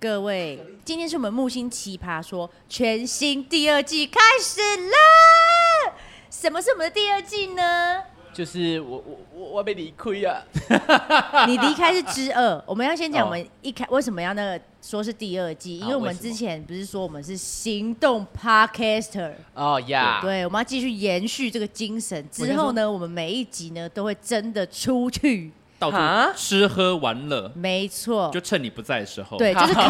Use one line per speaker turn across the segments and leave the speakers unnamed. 各位，今天是我们木星奇葩说全新第二季开始了。什么是我们的第二季 呢？
就是我我我我被理亏啊！
你离开是之二，我们要先讲
哦
我们一开为什么要那个说是第二季，因为
啊
我们
为什么
之前不是说我们是行动 podcaster，
哦呀，
对，我们要继续延续这个精神。之后呢，我们每一集呢都会真的出去，
到
哈哦
处吃喝玩乐，
没错
就，趁你不在的时候。
对，就是可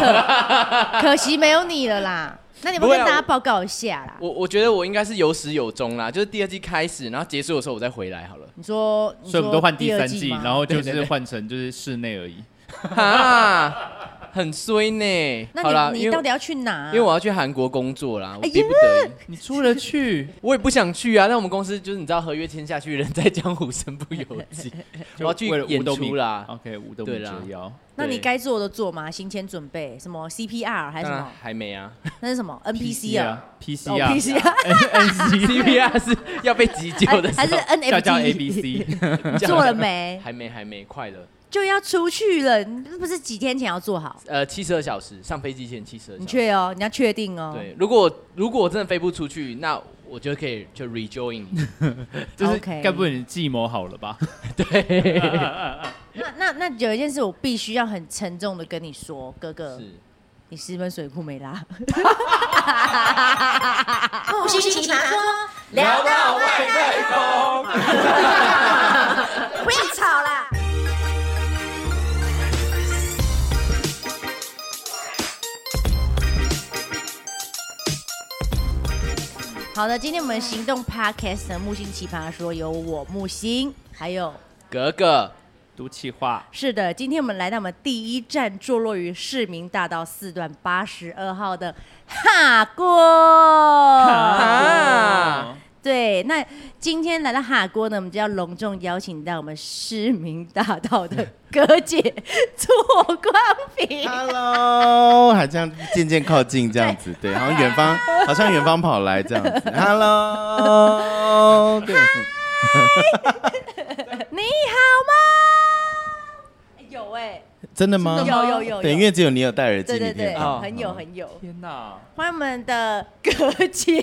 可惜没有你了啦。那你们
不会
跟
啊
大家
我
报告一下啦。
我我觉得我应该是有始有终啦，就是第二季开始，然后结束的时候我再回来好了。
你说，你
所以我们都
说
换第
二
三
季
季，
吗
然后就
对
是
对对
换成就是室内 而已。
哈，很衰呢。
那
好啦，
你
因
你
为
到底要去哪？
因为我要去韩国工作啦，我
哎呀
逼不得已，
你出了去，
我也不想去啊。但我们公司就是你知道，合约签下去，人在江湖身不由己。我要去
就为了五
演
斗米
出啦
OK，五斗
对
米
啦
折腰。
那你
对
该做的做嘛，行前准备，什么 CPR 还是什
当然
么？
还没啊
那是什么 NPC 啊？哦
，PC 啊
，PCR
，CPR 是要被急 救的时
还是
候，
叫叫
NFT？
ABC，
做了没？
还没还没，快了。
就要出去了，你不是几天前要做好？
呃，七十二小时，上飞机前七十二小
你
时。
确哦，你要确定哦。
对，如果如果我真的飞不出去，那我就可以就 rejoin 你。
就是
OK
该不会你计谋好了吧？
那那那有一件事我必须要很沉重的跟你说，哥哥，
是，
你十分水库没拉，
木须奇葩说，聊
到外太空。
不要吵啦。
好的，今天我们行动 Podcast 的木星奇葩说有我木星，还有
格格，
毒气化，
是的，今天我们来到我们第一站，坐落于市民大道四段八十二号的哈锅。
哦
啊，
对，那今天来到哈锅呢，我们就要隆重邀请到我们市民大道的哥姐左光平。
Hello，还这样渐渐靠近这样子，对，好像远 方，好像远方跑来这样子。Hello，对，
你好吗？有哎、
真的吗？
有有有
对，
有
因为只有你有戴耳机，
对对
你听
对，
得到
哦
很有很有。
天哪！
欢迎我们的葛姐，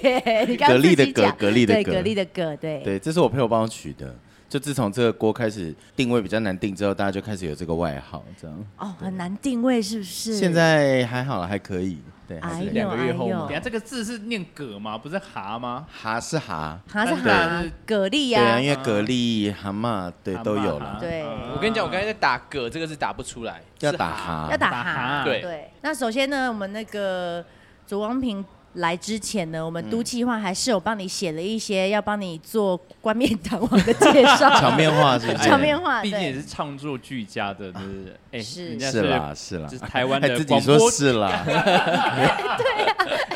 你刚
蛤
刚
蜊
自
的
己
蛤
讲
蛤蜊的
对
蛤
蛤蜊的蛤，对
对，这是我朋友帮我取的。就自从这个锅开始定位比较难定之后，大家就开始有这个外号，这样。
哦，很难定位是不是？
现在还好了，还可以。对，还
哎
是可以
呦
两个
哎
月后
呦
嘛
等一，下这个字是念蛤吗？不是蛤吗？
蛤是蛤，
蛤是
对
蛤，蛤蜊
对啊，
呀、嗯
因为蛤蜊、蛤蟆，对，
蛤
都
蟆
有
蛤
了。
对
啊
我跟你讲，我刚才在打嗝，这个字打不出来，
要
是
打
哈。
蛤，
要打
打
蛤。
蛤
对
那首先呢，我们那个左光平来之前呢，我们都计划还是有帮你写了一些要帮你做冠冕堂皇的介
场
绍，
面话是不是？
场面话，
毕竟也
对，
是唱作俱佳的，对不对？哎，
是
人家
是啦，是啦
这是，台湾
还
的
自己
广播
说是啦。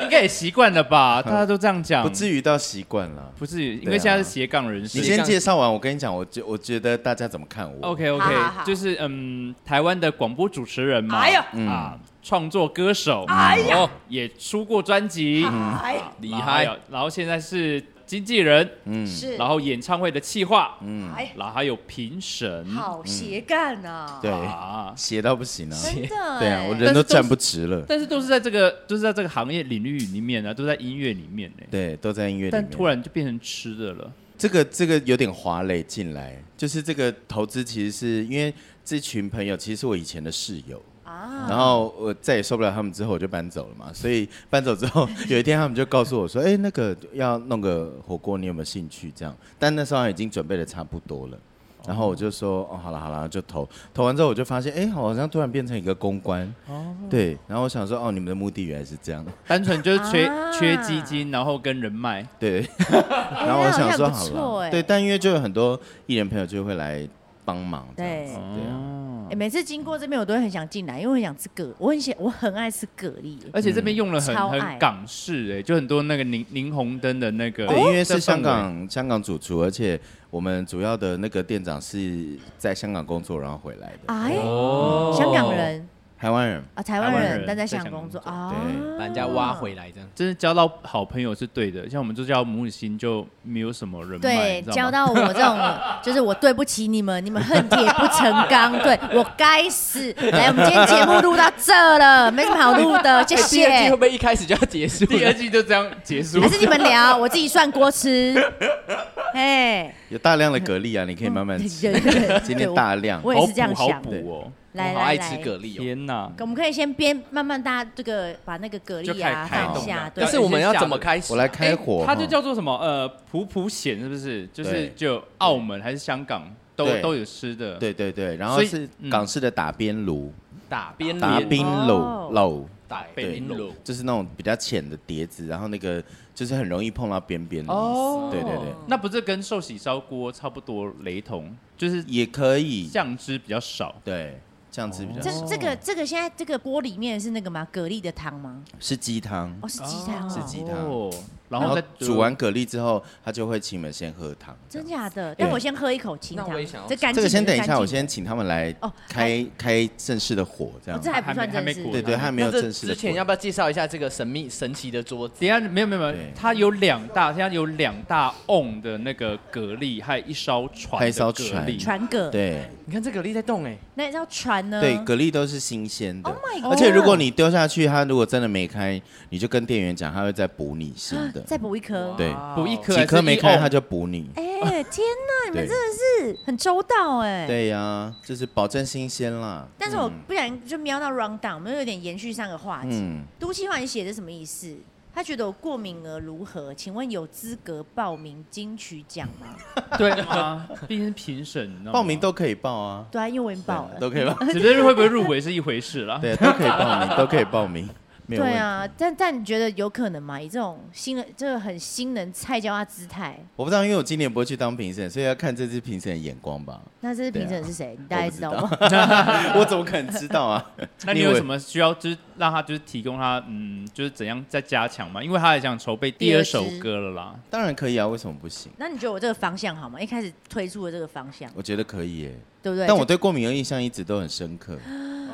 应该也习惯了 吧？大家都这样讲，
嗯不至
于，
于到习惯了。
不至于，因
对啊
为现在是斜杠人士。
你先介绍完，我跟你讲，我觉我觉得大家怎么看我
OK OK，
好好好
就是嗯，台湾的广播主持人嘛，
哎呀
嗯
啊，创作歌手，
哎呀
哦，也出过专辑，
嗯
哎呀，
厉
然后还
害
有，然后现在是经纪人，
嗯，
是，
然后演唱会的企划，
嗯
哎，
然后还有评审，
好斜杠啊，
对，
啊，
斜到不行啊！
真的，
对啊，我
哎
人都站不直了。
但是都是在这个，都是在这个行业领域里面啊呢，都在音乐里面呢，
对，都在音乐里面。
但突然就变成吃的了，
这个这个有点滑垒进来，就是这个投资其实是因为这群朋友其实是我以前的室友，
啊，
然后我再也受不了他们之后我就搬走了嘛，所以搬走之 后有一天他们就告诉我说，哎、那个要弄个火锅，你有没有兴趣？这样，但那时候已经准备的差不多了。然后我就说哦，好了好了，就投投完之后，我就发现，哎，好像突然变成一个公关，哦，对。然后我想说，哦，你们的目的原来是这样，
单纯就是缺
啊
缺基金，然后跟人脉，
对。
哎
然后我
那
想
好
说，
像不
好
错
了，
哎，
对。但因为就有很多艺人朋友就会来帮忙，这样
对
子，对啊。
哎，每次经过这边，我都会很想进来，因为我很想吃蛤，我很喜，我很爱吃蛤蜊。
而且这
嗯
边用了很、
超爱
很港式哎、就很多那个霓霓虹灯的那个，
对，因为
这
是
氛
香
哦围
港香港主厨，而且我们主要的那个店长是在香港工作，然后回来的。
哎，
哦
香港人，
台湾人，
啊，台湾
台湾
人
人
但在
在
香
香
港工
港
作
工作
啊，
对
把人家挖回来 这样。
真的交到好朋友是对的，像我们就交母女心就没有什么人脉，
对
你，知道吗
教到我这种，就是我对不起你们，你们恨铁不成钢，对我该死。来，我们今天节目录到这了，没什么好录的，谢
第二季会
谢
不。会一开始就要结束
第
了？
二
哦
季就这样结束
还。是你们聊，我自己涮锅吃。哎，
有大量的蛤蜊啊，你可以 慢慢吃。今天大量，
我也是这样
好
想
补好补哦！
来
我好爱
来
吃
来，
蛤蜊哦。
天哪，
我们可以先边慢慢大家这个把那个蛤
就
蜊
开
啊
开
放
动
下，
了
对
但，是我们要怎么开始？
我来开火
欸
哈，
它就叫做什么？呃，普普鲜是不是？就是
对
就澳门还是香港都
对
都有吃的。，
对对对，然后
所以
是
嗯
港式的打边炉，
打边
打
炉，
边
哦
炉篓，
打
对
边炉，，
就是那种比较浅的碟子，然后那个就是很容易碰到边边的意思。
哦
对对对，
那不是跟寿喜烧锅差不多雷同，就是
也可以，
酱汁比较少。
对，这样子比较
这
哦
好
这个这个现在这个锅里面是那个吗？蛤蜊的汤吗？
是鸡汤，
哦，是鸡汤
是
哦，
鸡汤
哦，然
然
后
后
再
煮完蛤蜊之后，他就会请你们先喝汤。
真假的？但我先喝一口清
那
汤
我也想，要
这干净
这个先
的
等一
干
下，
净
我先请他们来
哦
开开正式的火，这
哦
样
这。还不算
还没还
正
没
式，
过
对对，他还没
那
有
这
正式的
之
火。
前要不要介绍一下这个神秘神奇的桌子？
等一下没有没有没有
对，
它有两大，现在有两大瓮的那个蛤蜊，还有一艘船的
还有一艘
蛤
船
蜊。
船蛤，
对
你看这蛤蜊在动哎，
那叫船呢？
对，蛤蜊都是新鲜
嗯
的
Oh my，god
而且如果你丢下去，它如果真的没开，你就跟店员讲，他会再补你新
啊
的。
再补一颗。
对
哇哦
补一颗
几颗没开，
它
他就补你。
哎，天哪，你们真
对
的是很周到哎。。
对呀，就是保证新鲜 啦。
但是我不然就瞄到 round down，我们有点延续上个话题。
嗯，
都气话你写的什么意思？他觉得我过敏而如何？请问有资格报名金曲奖吗？
对啊，毕竟是评审，你知道吗
报名都可以报啊，
对啊，因为我已经报
对
了。
都可以 报，
只是会不会入围是一回事啦。
对，都可以报名，都可以报名，没有问
对
题。
啊，但但你觉得有可能吗？以这种新人，这个很新人菜椒啊姿态，
我不知道，因为我今年不会去当评审，所以要看这次评审的眼 光吧。
那这是评审是
啊
谁？你大概知道吗？
我怎么可能知道啊？
那你
以为
有什么需要，就是让他就是提供他，嗯，就是怎样再加强嘛？因为他也想筹备第二首歌了啦。
当然可以啊，为什么不行？
那你觉得我这个方向好吗？一开始推出的这个方向，
我觉得可以耶，
对不对？
但我对过敏的印象一直都很深刻。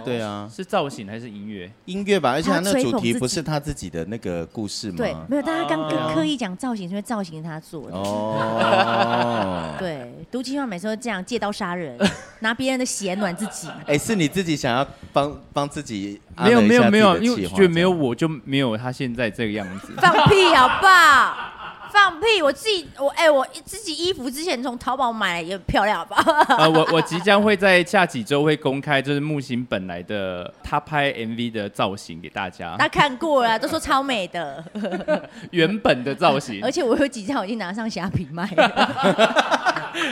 对啊，
是造型还是音乐？
音乐吧，而且他那
他
个
吹捧
主题
自己
不是他自己的那个故事
对
吗，？
没有，大家刚
哦
刚刻意讲造型，是因为造型是他做的。
哦，
对，毒气话每次都这样借刀杀 人，拿别人的血暖自己。。
哎，是你自己想要帮帮自己
没有没有没有，因为
我
我觉得没有我就没有他现在这个样子
放屁好不好？放屁！我自己，我哎、我自己衣服之前从淘宝买也很漂亮，好不好？
呃，我我即将会在下几周会公开，就是木星本来的他拍 MV 的造型给大家
大，家看过了，都说超美 的，
原本的造型
而。且我有几张我已经拿上虾皮卖了，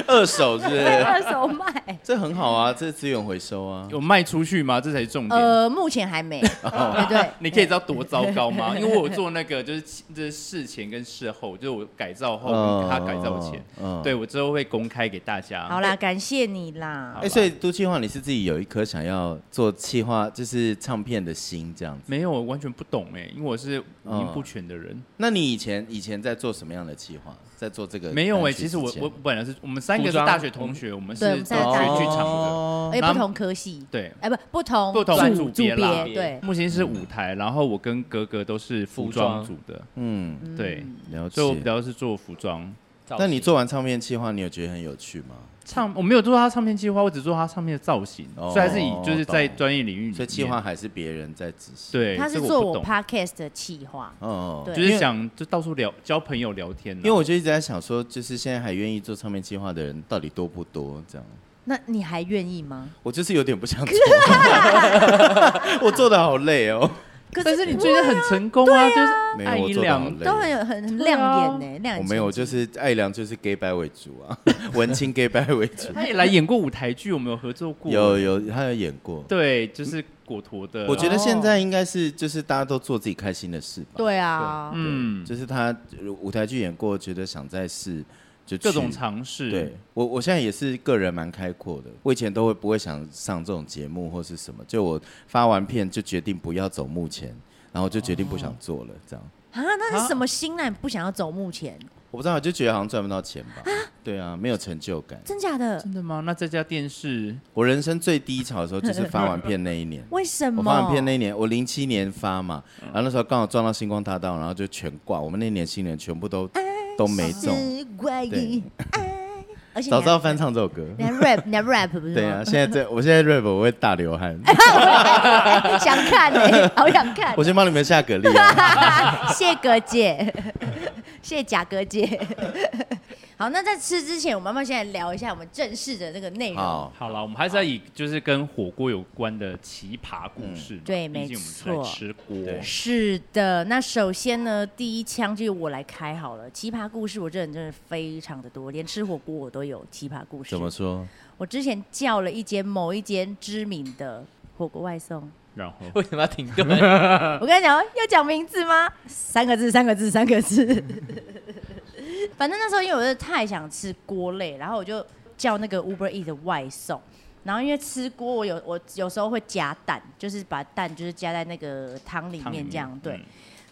二手是不是？
二手卖。
这很好啊，这资源回收啊。
有卖出去吗？这才是重点。
呃，目前还没，对对。
你可以知道多糟糕
呃
吗？因为我有做那个就是就是事前跟事后，就是我改造后
嗯
跟哦他改造前，
嗯
对我之后会公开给大家。
好啦，感谢你啦
哎、。所以都计划你是自己有一颗想要做企划，就是唱片的心这样子。
没有，我完全不懂哎，因为我是五音不全的人。
那你以前以前在做什么样的企划？在做这个
没有哎，
哎、
其实我我本来是我们三个
服
是
装
大学同学，我们是
对我们
都
三个大学
去剧场的。
哦
而哎且不同科系，
对，
哎，不不同
不同
组
组
组
别啦
对。
木星是舞台，然后我跟格格都是服装组的，
嗯，
对，
了解
所以我比。较是做服装。
那你做完唱片企划，你有觉得很有趣吗？
唱我没有做他唱片计划，我只做他唱片的造型，
哦
所以还是以就是在
懂
专业领域里面。
所以企划还是别人在执行。
对，
他是
这个
做
不
我
懂
podcast 的企划，
哦
对
就
因
是
为
想就到处聊交朋友聊天啊、
因为我就一直在想说，就是现在还愿意做唱片计划的人到底多不多？这样，
那你还愿意吗？
我就是有点不想 做，我做的好累哦。
可
但是你最近很成功啊，就是
没有
爱
我
一
做得好
良
累。
都很有很很亮眼
啊
呢，亮眼。
我没有，就是爱良就是 gay 拜为主啊， 文青 gay 拜为主。
他也来演过舞台剧，我们有合作过。
有有，他有演过。
对，就是果陀的，
我觉得现
哦
在应该是就是大家都做自己开心的事吧。
对啊，
嗯，
就是他呃舞台剧演过，觉得想再试就去
各种。尝试。
对我，我现在也是个人蛮开阔的。我以前都会不会想上这种节目或是什么，就我发完片就决定不要走幕前，然后就决定不想做了，这样。
啊
啊
啊，那是什么心呢？你不想要走幕前？
我不知道，我就觉得好像赚不到钱吧。对啊，没有成就感。
真假的？。
真的吗？那这家店是
我人生最低潮的时候就是发完片那一年
为什么？
我发完片那一年，我零七年发嘛，然后那时候刚好撞到星光大道，然后就全挂。我们那年新人全部都都没中，
哎是怪
对
异爱，而且你
早
还
知道翻唱这首歌。
你还 rap，你还 rap 不是吗？
对啊，现在这我现在 rap 我会大 流汗，
想看 呢，好想看
我。先帮你们下蛤蜊 啊。
谢哥姐，谢贾哥姐。 好，那在吃之前，我们要不要先来聊一下我们正式的这个内容？
好，
好了，我们还是要以就是跟火锅有关的奇葩故事嘛。
嗯对
毕竟我们是来
没错
吃锅。
对
是的，那首先呢，第一枪就由我来开好了。奇葩故事，我这人真的非常的多，连吃火锅我都有奇葩故事。
怎么？说？
我之前叫了一间某一间知名的火锅外送，
然后
为什么要停 顿？
我跟你讲，要讲名字吗？三个字，三个字，三个字。反正那时候因为我是太想吃锅类，然后我就叫那个 Uber E 的外送。然后因为吃锅，我有我有时候会加蛋，就是把蛋就是加在那个汤里
汤里
面
面
这样对
嗯。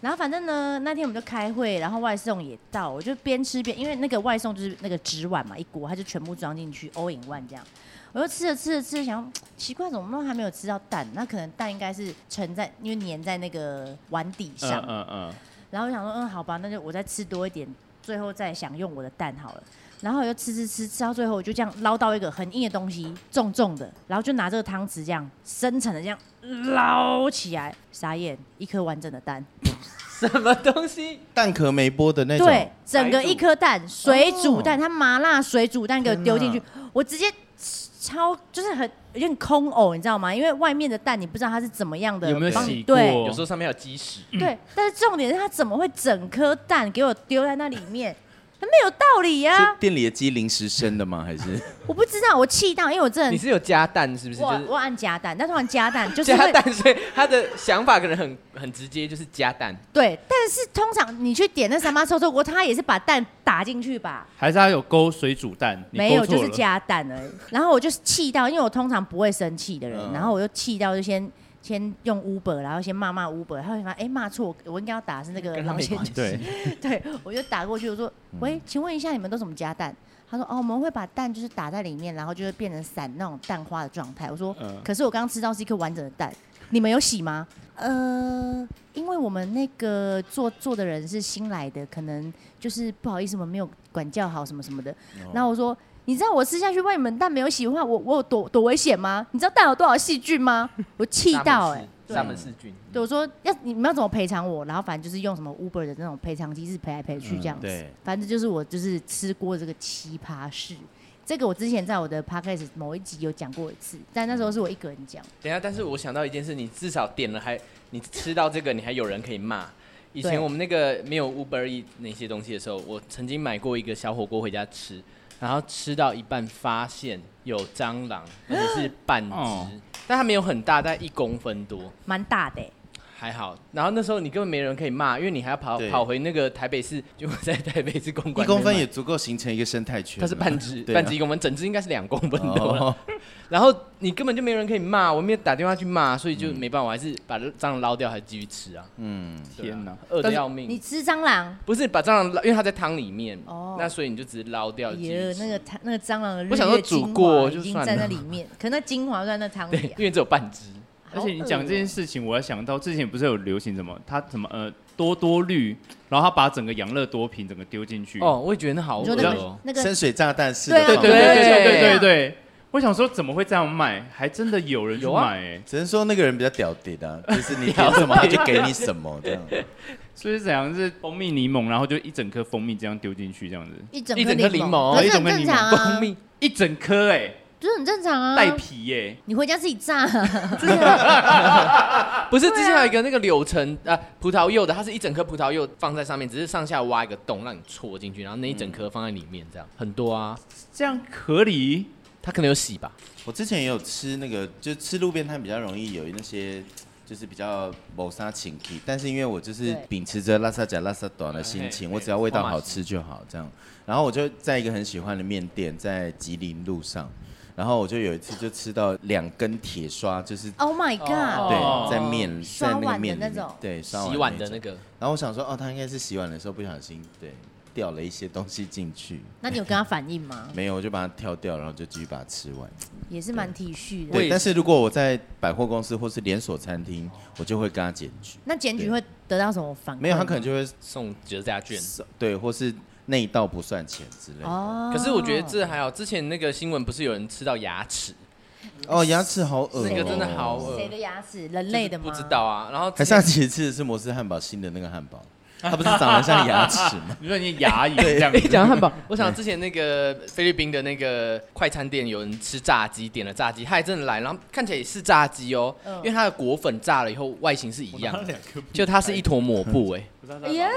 然后反正呢，那天我们就开会，然后外送也到，我就边吃边，因为那个外送就是那个纸碗嘛，一锅它就全部装进去，all in one 这样。我就吃着吃着吃着，想奇怪，怎么都还没有吃到蛋？那可能蛋应该是沉在，因为粘在那个碗底上。
嗯嗯嗯，
然后我想说，嗯，好吧，那就我再吃多一点，最后再享用我的蛋好了。然后我就吃吃吃，吃到最后我就这样捞到一个很硬的东西，重重的，然后就拿这个汤匙这样深层的这样捞起来，傻眼，一颗完整的蛋，
什么东西？
蛋壳没剥的那种，
对，整个一颗蛋，水煮蛋，它麻辣水煮蛋给我
天
丢进去
哪，
我直接超就是很有点空呕，你知道吗？因为外面的蛋你不知道它是怎么样的，
有没有
帮你
洗过？
对，
有时候上面还有鸡屎，
对，但是重点是他怎么会整颗蛋给我丢在那里面？很没有道理呀、
是店里的鸡临时生的吗？还是
我不知道，我气到，因为我真
你
的
是有加蛋是不是？就
我
是
我按加蛋，但突然加蛋就是
加
会
蛋，所以他的想法可能很很直接，就是加蛋。
对，但是通常你去点那三妈臭臭锅，他也是把蛋打进去吧？
还是他有勾水煮蛋？你
没有，
勾错
就是
了。
加蛋而已。然后我就气到，因为我通常不会生气的人，
嗯
然后我就气到就先。先用 Uber，然后先骂骂 Uber，然后发现哎骂错，我应该要打 的是那个
跟他
老
没
先
关
生
系，
对，
对，我就打过去，我说：“喂，请问一下，你们都怎么加蛋？”他说：“哦，我们会把蛋就是打在里面，然后就会变成散那种蛋花的状态。”我说：“
嗯
可是我刚刚吃到是一颗完整的蛋，你们有洗吗？”呃，因为我们那个做做的人是新来的，可能就是不好意思，我们没有管教好什么什么的。然后我说。你知道我吃下去，万一你们蛋没有洗的话，我我有多多危险吗？你知道蛋有多少细菌吗？我气到哎、对
沙门氏菌。
对，我说要你们要怎么赔偿我？然后反正就是用什么 Uber 的那种赔偿机制赔来赔
嗯
去这样子。
对
反正就是我就是吃过这个奇葩事，这个我之前在我的 podcast 某一集有讲过一次，但那时候是我一个人讲。
等一下，但是我想到一件事，你至少点了还，你吃到这个，你还有人可以骂。以前我们那个没有 Uber E 那些东西的时候，我曾经买过一个小火锅回家吃，然后吃到一半发现有蟑螂，而且 是半只，
哦
但它没有很大，大概一公分多，
蛮大的、欸，
还好。然后那时候你根本没人可以骂，因为你还要跑
对
跑回那个台北市，就我在台北市公
一
馆那边买。
公分也足够形成一个生态圈
它
了？
是半只，
对啊
半只一公分，整只应该是两公分多了。
哦，
然后你根本就没人可以骂，我没有打电话去骂，所以就没办法，我还是把蟑螂捞掉，还是继续吃啊。
嗯，
对啊
天哪
饿
但
的
是
要
你
命。
吃蟑螂，
不是把蟑螂捞，因为它在汤里面，
哦
那所以你就只是捞掉
哎
继续
呀，
吃。
那个它那个蟑螂的日
我想说
月精
煮过
华
就
已经
算
在
了
那里面，可那精华都在那汤
对
里、，啊
因。为只有半只。
好
而且你讲
恶
这件
哦
事情，我要想到之前不是有流行什么，他什么呃多多绿，然后他把整个养乐多瓶整个丢进去。
哦，，我也觉得那好
你
恶
说那个
哦。
那
深
个
水炸弹式
对啊
的
对
方法，
对对对
对
对
对
对对对，我想说怎么会这样卖？还真的有人去
有啊
买哎，
只能说那个人比较屌屌的，啊就是 你点什么他就给你什么这样。
所以是怎样是蜂蜜柠檬，然后就一整颗蜂蜜这样丢进去，这样子
一整
一整
颗
颗
柠
柠
檬，
檬
可是
一
很
整颗
正
柠
常
檬
啊
蜂，蜜，
一整颗哎，
就是很正常
嗯
啊。
带皮耶，
你回家自己炸、啊，
不是之前还有一个那个柳橙啊，葡萄柚的，它是一整颗葡萄柚放在上面，只是上下挖一个洞让你戳进去，然后那一整颗放在里面，这样很多啊。
这样合理？
它可能有洗吧？
我之前也有吃那个，就吃路边摊比较容易有那些，就是比较谋杀情气，但是因为我就是
对
秉持着拉萨甲拉萨短的心情，
嘿
我只要味道好吃就好这样。然后我就在一个很喜欢的面店，在吉林路上，然后我就有一次就吃到两根铁刷，就是。
Oh my god！、
哦
对，在面
刷
在那
碗的
个面
那
里面
种
对，刷
洗碗的那
种。
个，
然后我想说，哦，他应该是洗碗的时候不小心，对，掉了一些东西进去，
那你有跟他反应吗？
没有，我就把它挑掉，然后就继续把它吃完。
也是蛮体恤的。
对，但是如果我在百货公司或是连锁餐厅，我就会跟他检举。
那检举会得到什么反馈吗？
没有，他可能就会
送折价券。
对，或是那一道不算钱之类的。哦，
哦
可是我觉得这还好，之前那个新闻不是有人吃到牙齿，
牙齿好恶、哦，
那个真的好恶
谁的牙齿？人类的吗？
不知。道啊。然后之
还是
前
他其实吃的是摩斯汉堡新的那个汉堡，它不是长得像牙齿吗？
你说你牙龈这样
一哎讲汉堡，我想之前那个菲律宾的那个快餐店有人吃炸鸡，点了炸鸡，他还真的来，然后看起来也是炸鸡哦，
嗯
因为它的果粉炸了以后外形是一样的，
个
就它是一坨抹 布
嗯
哎、
哎呀，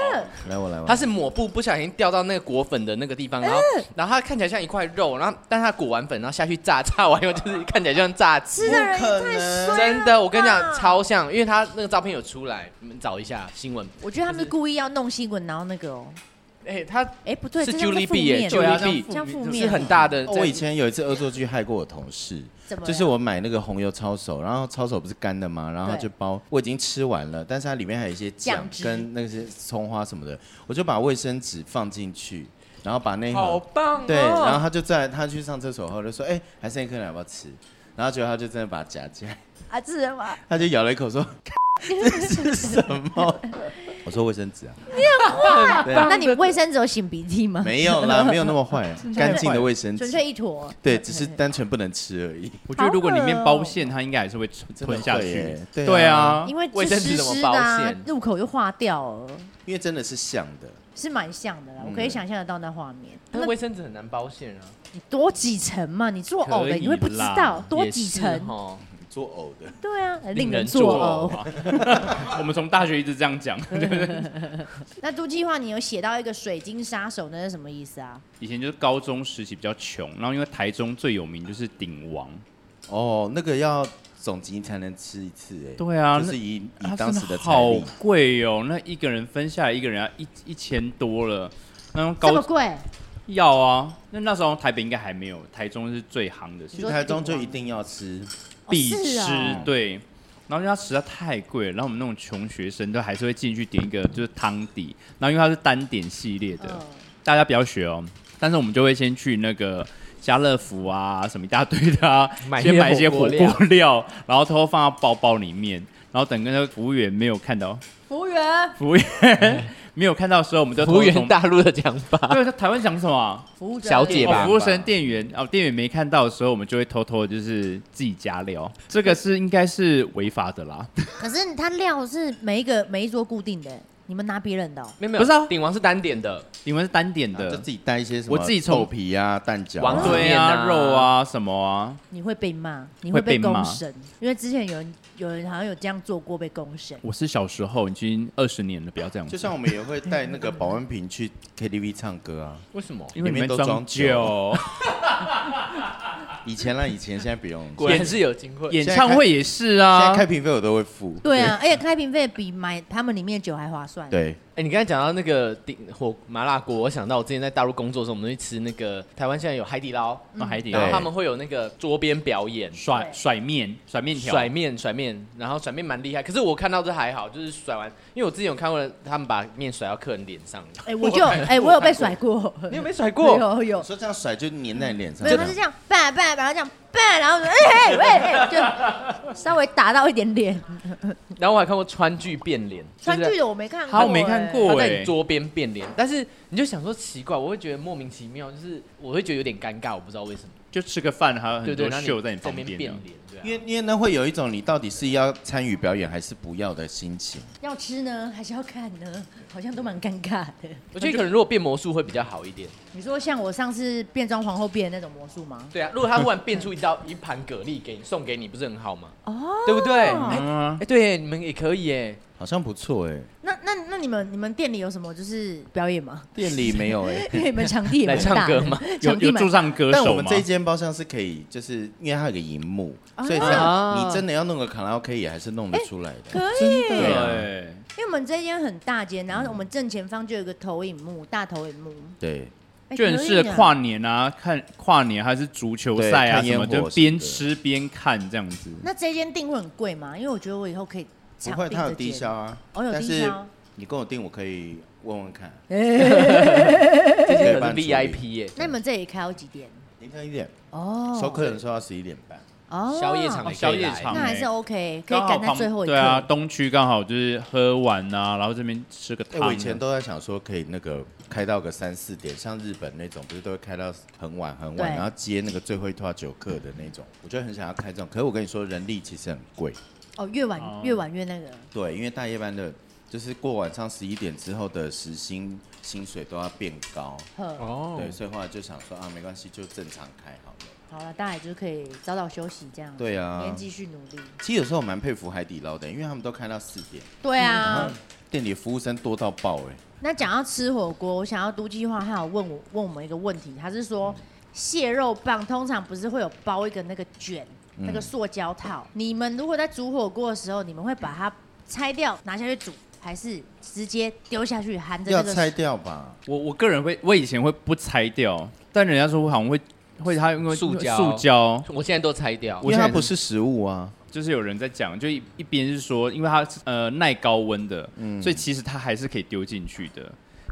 来我来我，
它是抹布不小心掉到那个果粉的那个地方，然后然后它看起来像一块肉，然后但它裹完粉然后下去炸， 炸完以后就是看起来就像炸鸡。
吃的人
不可
也太
能
衰了
真的，我跟你讲
吧，
超像，因为他那个照片有出来，你们找一下 新闻。
我觉得他们是故意要弄新闻，然后那个哦，
哎、他
哎，不对，
是
这样
Julie
负
B 耶
面，
Julie
对啊
B
这样负面
是很大的。
哦
在
我以前有一次恶作剧害过我同事，
怎么了
啊
就是我买那个红油抄手，然后抄手不是干的吗？然后
对
就包，我已经吃完了，但是它里面还有一些酱
酱汁
跟那些葱花什么的，我就把卫生纸放进去，然后把那一
好
盒
棒、哦，
对，然后他就在他去上厕所后就说，哎、还剩一颗，你要不要吃？然后结果他就真的把它夹起来，
啊，这人嘛，
他就咬了 一口说，这是什么？ 我说卫生纸啊，对啊
那你卫生纸有擤鼻涕吗？
没 有啦，没有那么坏、啊，干净的卫生
纯
纸。
粹一坨。
对，只是单纯不能吃而已。
我觉得如果里面包馅，它应该还是会吞
真的
吞下
会
去
耶。对啊
对啊，
因为
卫
就
生
湿
纸怎么
湿的
保
啊
险，
入口又化掉了，
因为真的是像的，
是蛮像的啦。我可以想象得到那画面。那
但是卫生纸很难包馅啊，
你多几层嘛？你做呕的
可以
你会不知
啦
道多
也
几
是
层？
哦。
做呕的。
对啊，令
令
人
人
作
作
呕。
我们从大学一直这样讲，
那都计划你有写到一个水晶杀手，那是什么意思啊？
以前就是高中时期比较穷，然后因为台中最有名就是鼎王，
哦，那个要总集才能吃一次哎、
对啊
就是以
它
以
真
当时
的
的财
好
力，
贵哦，那一个人分下来，一个人要一一千多了。那用
这么
高
贵？
要啊，那那时候台北应该还没有，台中是最行的，
你
去
说
台中就一定要吃。
必
哦是
吃、
哦
对。然后因为它实在太贵了，然后我们那种穷学生都还是会进去点一个就是汤底，然后因为它是单点系列的，
嗯，
大家不要学哦。但是我们就会先去那个家乐福啊，什么一大堆的啊，
买
先
一些
买一些
火
火
锅料
锅料，然后偷偷放到包包里面，然后等那个服务员没有看到，
服务员，
服务员 没有看到的时候，我们就偷
哎服务
偷
员
从
大陆的讲法，
对，在台湾讲什么啊？
服务
小姐
吧。
吧
哦，服务生、店员哦，店员没看到的时候，我们就会偷偷就是自己加料，这个是应该是违法的啦。
可是它料是每一个每一桌固定的，你们拿别人的哦、
没有没有，
不是啊
鼎王是单点的，
你们是单点
然后啊就
的
自，己带一些什么
我自己从
豆皮啊、蛋饺、
王
啊
子，
对
面
啊，
啊
肉啊什么啊，
你会被骂，你
会
被
被骂
公审，因为之前有人有人好像有这样做过被公审。
我是小时候已经二十年了，不要这样子。
就像我们也会带那个保温瓶去 KTV 唱歌啊。
为什么？
因为
里
里面
面都
装
装酒
酒，
以前啦，以前现在不用。
果然是有经过。
演唱会也是啊。
现在开瓶费我都会付。
对啊，而且开瓶费比买他们里面的酒还划算。，
对，
哎、你刚才讲到那个鼎火麻辣锅，我想到我之前在大陆工作的时候，我们会吃那个台湾现在有海底捞，
那哦海底
然后
对
他们会有那个桌边表演，
甩
对
甩面甩面条，
甩面甩面，然后甩面蛮厉害，可是我看到这还好，就是甩完，因为我之前有看过他们把面甩到客人脸上，
哎、我就哎、我有被甩过，
你 有没甩过？
有有
我，说这样甩就粘在你脸上。
没有，他是这样拜拜，然后这样拜，然后哎哎喂，哎就稍微打到一点点。
然后我还看过川剧变脸，
川
就是
剧的我没看过、欸
好我没看过
他在
对
你桌边变脸，但是你就想说奇怪，我会觉得莫名其妙，就是我会觉得有点尴尬，我不知道为什么。
就吃个饭，还有
对
很
对，
多
然后
秀在你旁
这边
边
变
啊。
脸，对、啊。
因为因为呢会有一种你到底是要参与表演还是不要的心情。
哎要吃呢，还是要看呢？ 好像都蛮尴尬的。
我觉得可能如果变魔术会比较好一点。
你说像我上次变装皇后变的那种魔术吗？
对啊，如果他忽然变出一道一盘蛤蜊给你送给你，不是很好吗？哦，对不对？哎、
嗯啊，
哎对，你们也可以哎。
好像不错哎、
那那那你们你们店里有什么就是表演 吗？
店里没有哎、
因为你们场地也蛮
来
大
唱歌
的
吗，
有
场地
有
蛮
驻唱歌
但我
手
们
吗
这？一间包厢是可以，就是因为它有个荧幕，
啊
所以
啊
像你真的要弄个卡拉 OK 也还是弄得出来的。
可以，
对啊
对，
因为我们这间很大间，然后我们正前方就有一个投影幕，大投影幕，
对，
哎
就很适
可以
合
啊
跨年啊，看跨年还是足球赛啊
对看
什
烟火
么，
什
就
么的
边吃边看这样子。
那这间订会很贵吗？因为我觉得我以后可以
不
常
会，
订
它有
这
低
间
消啊。
哦有
但
低
是
消
你跟我订，我可以问问看，
这些可
对搬
是
出去
VIP 耶、
那你们这里开到几点？
凌晨一点，
哦，
收客人收到十一点半。
哦
宵夜场也
哦
可以
宵夜
来
场
那还是 OK，可以
刚好
赶在
旁
最后一刻。
对啊，东区刚好就是喝完啊，然后这边吃个
哎、
汤啊。
我以前都在想说，可以那个开到个三四点，像日本那种，不是都会开到很晚很晚，
对
然后接那个最后一套酒客的那种，我就很想要开这种。可是我跟你说，人力其实很贵，
哦，越晚
哦
越晚越那个。
对，因为大夜班的，就是过晚上十一点之后的时薪薪水都要变高，
呵，
哦
对，所以后来就想说啊，没关系，就正常开好了。
好了，大家也就是可以早早休息这样。
对啊
明天继续努力。
其实有时候我蛮佩服海底捞的，因为他们都开到四点，
对啊，
店里服务生多到爆哎、
那讲到吃火锅，我想要都计划还有问我问我们一个问题，他是说
嗯
蟹肉棒通常不是会有包一个那个卷、
嗯
那个塑胶套？你们如果在煮火锅的时候，你们会把它拆掉拿下去煮，还是直接丢下去含着
要
那个
拆掉吧？
我我个人会，我以前会不拆掉，但人家说我好像会会他因为
塑胶
塑胶
我现在都拆掉
因
我。
为
现在
它不是食物啊，
就是有人在讲，就一一边是说，因为它呃耐高温的，
嗯
所以其实它还是可以丢进去的。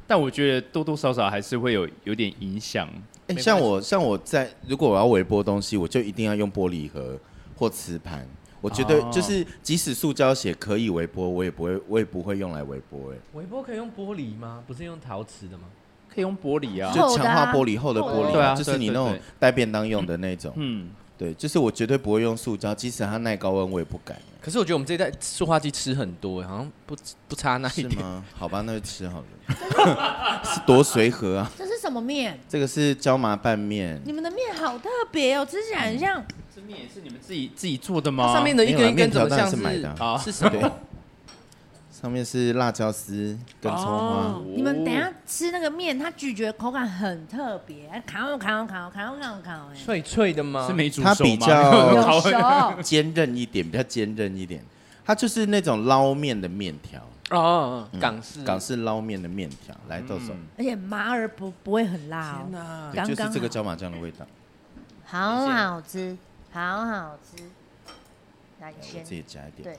但我觉得多多少少还是会有有点影响。
哎、
没
像
关
我像我在如果我要微波东西，我就一定要用玻璃盒或瓷盘。我觉得
哦
就是，即使塑胶鞋可以微波，我也不会，我也不会用来微波、哎，
微波可以用玻璃吗？不是用陶瓷的吗？
可以用玻璃啊，
就
厚的
强
啊
化玻璃厚的
厚
玻
的
璃啊，
对啊
就是
对
你
对
那种
对
带便当用的那种。
嗯，
对，就是我绝对不会用塑胶，即使它耐高温，我也不敢、
可是我觉得我们这一代塑化剂吃很多，好像不不差那
哎
一
是
点。
吗？好吧，那就吃好了。 是多随和啊！
这是什么面？
这个是椒麻拌面，
你们的面好特别哦，吃起来很像
这面也是你们自己自己做的
它
吗？
上面的一根一根
啊没
怎
有
么
啦面条当
像
然是买的啊
啊？是什么？
上面是辣椒丝跟葱花。
哦
你们等一下吃那个面，它咀嚼口感很特别，烤哦烤哦烤哦烤哦烤哦烤哦哎，
脆脆的吗？
是没煮熟
它
吗？
比 较。
没有
有
烤
熟
坚韧一点，比较坚韧一点。它就是那种捞面的面条，
哦哦，哦港
嗯
式
啊港式捞面的面条。来，豆手，
而且麻儿不不会很辣
天
哦，
哪！
对，就
刚刚
是这个
好
椒麻酱的味道。
好好吃，好好吃。来，你
来我
先
自己加一点。
对，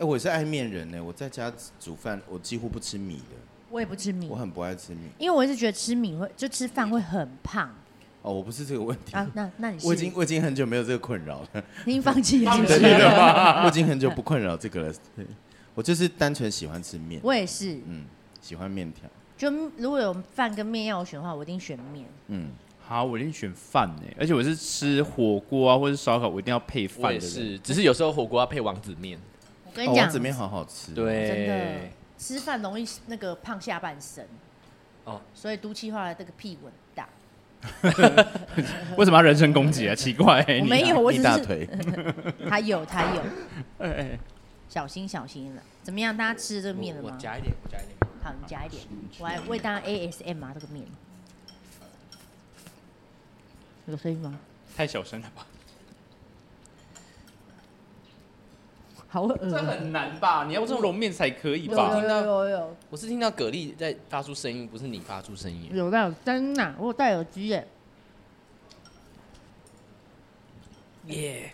哎，我是爱面人呢，我在家煮饭，我几乎不吃米的，
我也不吃米
我，很不爱吃米。
因为我一直觉得吃米会就吃饭会很胖
哦，我不是这个问题，
啊。那那你是
我已经我已经很久没有这个困扰 了，
你已经放弃了是不
对对
是？
对吧？我已经很久不困扰这个了。对我就是单纯喜欢吃面，
我也是，
嗯，喜欢面条，
就如果有饭跟面要我选的话，我一定选面。
嗯，
好，我一定选饭呢、而且我是吃火锅啊或者烧烤，我一定要配饭
我
的
也
人。
是，只是有时候火锅要配王子面。
我跟
哦，
你讲
王，子面好好吃，，哦
真的
对，
吃饭容易那个胖下半身。
哦
所以都气化的这个屁股很大，
为什么要人身攻击啊？奇怪、欸，
我
你
没有，我只
一大
是嗯
腿。
他有他有，
哎哎
小心小心了。怎么样？大家吃这个面了
我
吗？
夹一点，我夹一点。
好，你夹一点，我来为大家 ASM 啊，这个面有声音吗？
太小声了吧？
好恶
这
哦，
很难吧？你要这种揉面才可以
有
吧？
有有有有
我是听到蛤蜊在发出声音，不是你发出声音。
有到真的，我有戴耳机耶。
耶！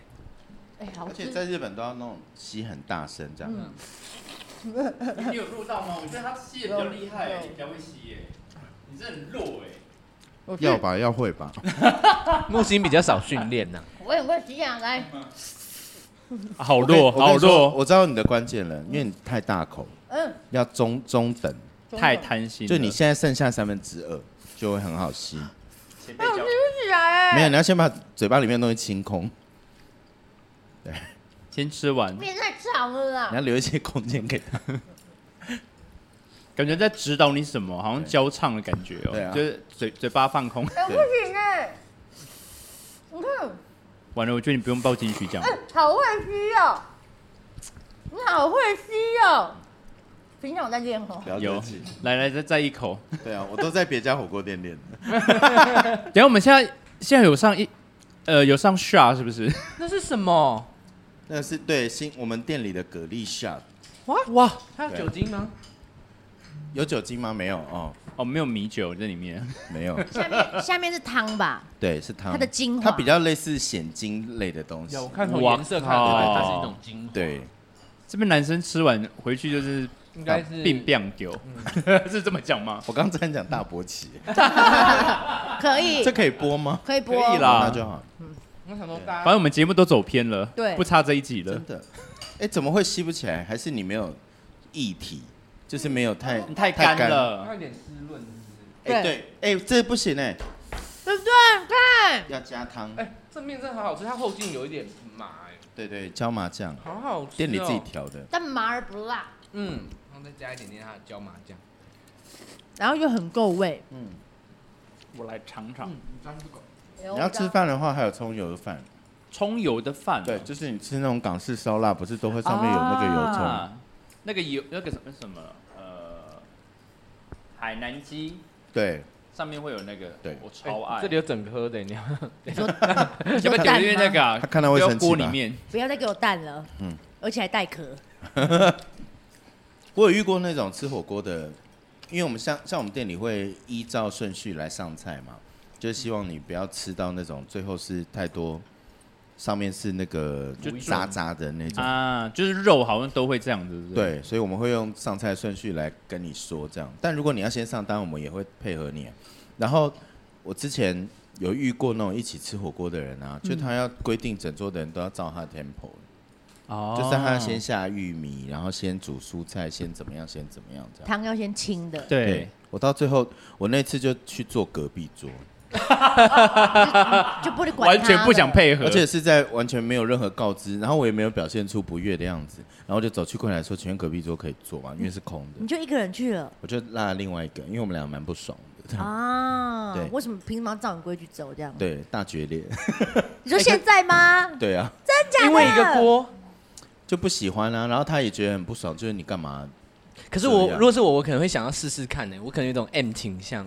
哎，好
而且
吃，
在日本都要那种吸很大声这样。
嗯
你有录到吗？我觉得他吸的比较厉害、欸，你比较会吸耶、你这很弱哎、
我
要
是
吧，要会吧。
木星比较少训练呐。
我也会吸啊，来，
好
我跟
弱，
我跟
好
你说
弱，
我知道你的关键了，因为你太大口，
嗯，
要中中等，
中
太
等
贪心了。
就你现在剩下三分之二就会很好吸。
前辈
哎
教
吃起来
没有，
哎，
你要先把嘴巴里面的东西清空，
先吃完，
面太长了啦
你要。留一些空间给他。
感觉在指导你什么，好像教唱的感觉哦、
对啊
就是嘴嘴巴放空。
哎、
对
不行哎、你看，
完了，我觉得你不用报金曲奖
嗯哎、，好会吸哦，你好会吸哦。平常我在练哦，
了
有
解，
来来再再一口。
对啊，我都在别家火锅店练的。
等一下我们现在现在有上一呃有上 shot 是不是？
那是什么？
那是对新我们店里的蛤蜊 shot，
哇哇，它
对
有酒精吗？
有酒精吗？没有哦，
哦，没有米酒在里面。
没有。
下面下面是汤 吧，
对，是汤。
它的精华
它比较类似显精类的东西。
有，我看从
哇
颜色看得出来，
靠
它是一种精华。
对，
这边男生吃完回去就是
应该是
并变丢，
嗯
是这么讲吗？
我刚才讲大勃起，
可以
这可以播吗？哦
可以播，
可以啦
那就好，
我想说大
反
家
正我们节目都走偏了，
对
不差这一集了
真。的。哎，怎么会吸不起来？还是你没有议题，就是没有太
你嗯太干。了，
有点湿润，
哎，对，哎，这不行哎，
对不对？看，
要加汤。
哎，这面真的好好吃，它后劲有一点麻，哎，
对对，椒麻酱，
好好吃哦。
店里自己调的。
但麻而不辣，
嗯，然后再加一点点它的椒麻酱。
然后又很够味。
嗯，
我来尝尝
嗯，你沾这个。
你
你要吃饭的话，还有葱油饭。
葱油的饭啊，
对，就是你吃那种港式烧腊，不是都会上面有那个油葱？
啊，那个油那个什么什么呃，海南鸡
对，
上面会有那个，
对
我超爱。
哎这里有整颗的，你 要
要不要点
蛋
因为那个啊
他看到会
不要
生气
锅里
吧
面
不要再给我蛋了，
嗯
而且还带壳。
我有遇过那种吃火锅的，因为我们像像我们店里会依照顺序来上菜嘛，就是希望你不要吃到那种最后是太多，上面是那个
就
渣渣的那种。
啊，就是肉好像都会这样子，
对，所以我们会用上菜顺序来跟你说这样。但如果你要先上单，我们也会配合你。然后我之前有遇过那种一起吃火锅的人
嗯
啊，就他要规定整桌的人都要照他的 tempo，、
哦
就是他先下玉米，然后先煮蔬菜，先怎么样，先怎么样这样。
汤要先清的，
对，
我到最后，我那次就去坐隔壁桌，
就不得管
完全
它
不想
了。
配合，
而且是在完全没有任何告知，然后我也没有表现出不悦的样子，然后就走去柜台说：“请问隔壁桌可以坐吗？因为是空的。
你就一个人去了
我就拉了另外一个，因为我们俩蛮不爽的。
啊
对？
为什么平常照你规矩走这样？
对，大决裂。
你说现在吗？
对啊，
真假的？
因为一个锅。
就不喜欢啊。然后他也觉得很不爽，就是你干嘛？
可是
这
我
样
如果是我，我可能会想要试试看呢、我可能有一种 M 倾向，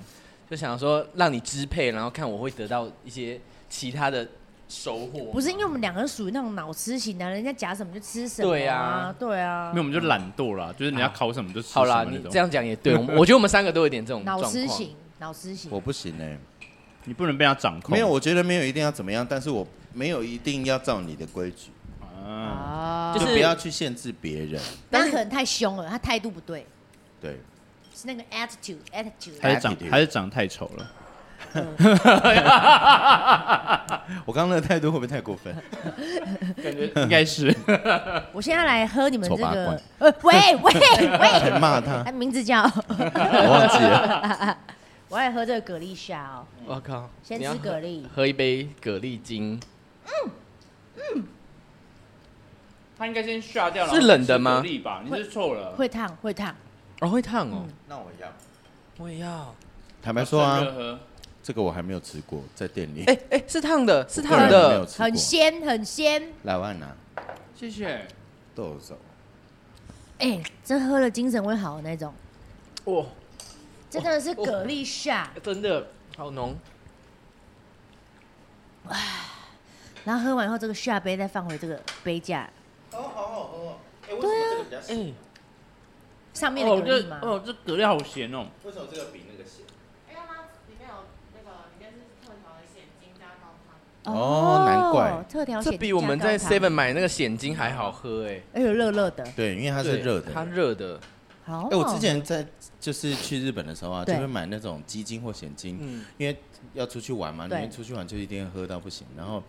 就想说让你支配，然后看我会得到一些其他的收获。
不是，因为我们两个属于那种脑吃型的，人家夹什么就吃什么。
对
啊
啊，
对啊
没有，我，们就懒惰啦，就是
啊
你要烤什么就吃
好
什
啦，
么那
你
种
这样讲也对，我们 我觉得我们三个都有点这种状
脑
况。
吃型，脑吃型
我。不行呢、
你不能被他掌控，
没有，我觉得没有一定要怎么样，但是我没有一定要照你的规矩，
啊，
啊
就
就是不要去限制别人。
但可能太凶了，他态度不对，
对，
是那个 attitude，attitude。
还是长
Attitude
还是长太丑了，
我刚刚那个态度会不会太过分？
感觉应该是
我现在来喝你们这
丑八
个
怪，
呃，喂 喂喂，
骂他
他，名字叫，
我忘记了。
我来喝这个蛤蜊虾哦，
我靠，
先
你
吃
要
蛤蜊，
喝一杯蛤蜊精，
他应该先下掉，
是然后冷的吗吃蛤
吧，你
是
错了，
会烫会烫，
哦，会烫哦，
那我要。
我也要。
坦白说啊，
啊，
这个我还没有吃过，在店里。
哎哎，是烫的，是
我个
烫
人没有
的，
吃过。
很鲜很鲜，
来，我按拿
谢谢，
豆手。
哎，这喝了精神会好的那种，
哇，
这真的是蛤蜊虾，
真的好浓。
然后喝完以后这个下杯再放回这个杯架
哦，好好喝哦。哎，为什么这个比较
哎，
咸？
上面的
哦
蛤
这
蜊吗？
哦这蛤蜊好咸哦，
啊
为
哎
什么这个比那个咸？哦难怪
特调
这
血
比
精
我
加
们
高
在
糖
7-Eleven 买那个鲜金还好喝哎，
哎呦热热的，
对，因为它是
对
热的。
它热的，
好，
哎、我之前在就是去日本的时候啊，就
对
会买那种鸡精或咸精，
嗯，
因为要出去玩嘛，你
对
们出去玩就一定要喝到不行，然后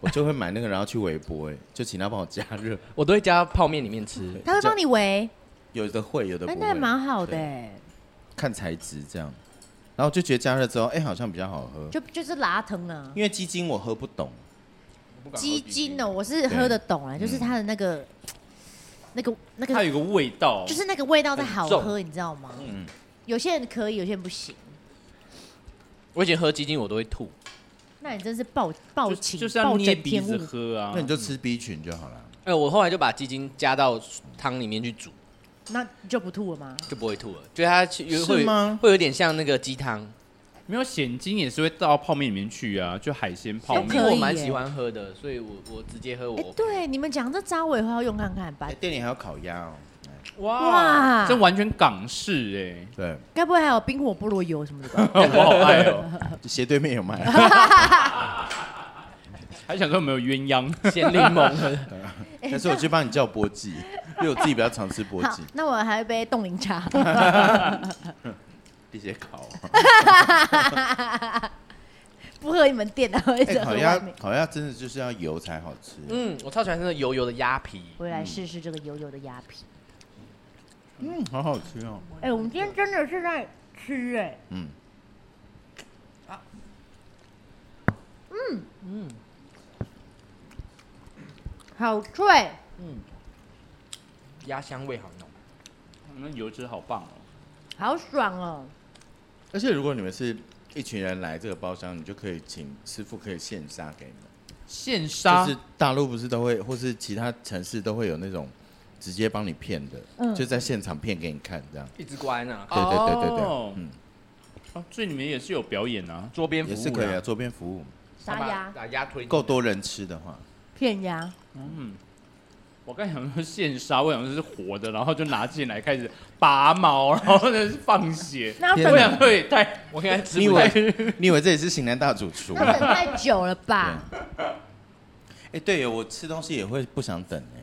我就会买那个，然后去微波、哎，就请他帮我加热，哎
我都会加泡面里面吃。
嗯
嗯
他会帮你围，
有的会，有的不
哎
会，
那还蛮好的
对
哎，
看材质这样，然后就觉得加热之后，哎、好像比较好喝，
就就是拉疼啊。
因为鸡精我喝不懂，
鸡精哦，我是喝得懂啊，就是它的那个、那个、那
它
个，
有一个味道，哦
就是那个味道在好
很
喝，你知道吗？
嗯，
有些人可以，有些人不行。
我以前喝鸡精我都会吐，
那你真是暴暴
就
情，
就是要
暴
捏
殄
鼻
天
子
物。
喝啊
那，你就吃 B 群就好了。
哎，我后来就把鸡精加到汤里面去煮，
那你就不吐了吗？
就不会吐了。就它其有会
是吗
会有点像那个鸡汤，
没有咸精也是会倒到泡面里面去啊，就海鲜泡
都
因
可
为
以
面。
我蛮喜欢喝的，所以我我直接喝
哎、
我。
对，你们讲这招我以后要用看看吧
哎、。店里还有烤鸭哦，
哇
哎这完全 港式
对，
该不会还有冰火菠萝油什么的吧？
哎、我好爱 哦！
就斜对面有卖，
还想说有没有鸳鸯？
鲜柠檬，
但是我去帮你叫波记，因为我自己比较常吃波
哎好
鸡，，
那我还有一杯冻柠茶。
一些烤啊。
不喝你们店的， 我一
哎、
直喝
烤
外
鸭
面。
烤鸭真的就是要油才好吃。
嗯，我超喜欢那个油油的鸭皮，
我也来试试这个油油的鸭皮。
嗯，好好吃哦。
哎、我们今天真的是在吃哎、啊
嗯，
嗯好脆。
鸭香味好浓。
那油脂好棒哦。
好爽哦！
而且如果你们是一群人来这个包厢，你就可以请师傅可以现杀给你们。
现杀
就是大陆不是都会，或是其他城市都会有那种直接帮你骗的，
嗯
就在现场骗给你看这样。
一直关啊，
对对对对对，
哦
嗯，
哦，所以你们也是有表演啊？
桌边服务
也
啦
是可以啊，，桌边服务
杀鸭、
把鸭推进来
够，多人吃的话，
片鸭，
我刚想说现杀，我想说是活的，然后就拿进来开始拔毛，然后呢是放血。
那
天
要
我
等
想说也太
我刚才吃
你以
不
为
完，
你以为这里是型男大主 厨？
那等太久了吧？
哎、对耶，我吃东西也会不想等哎，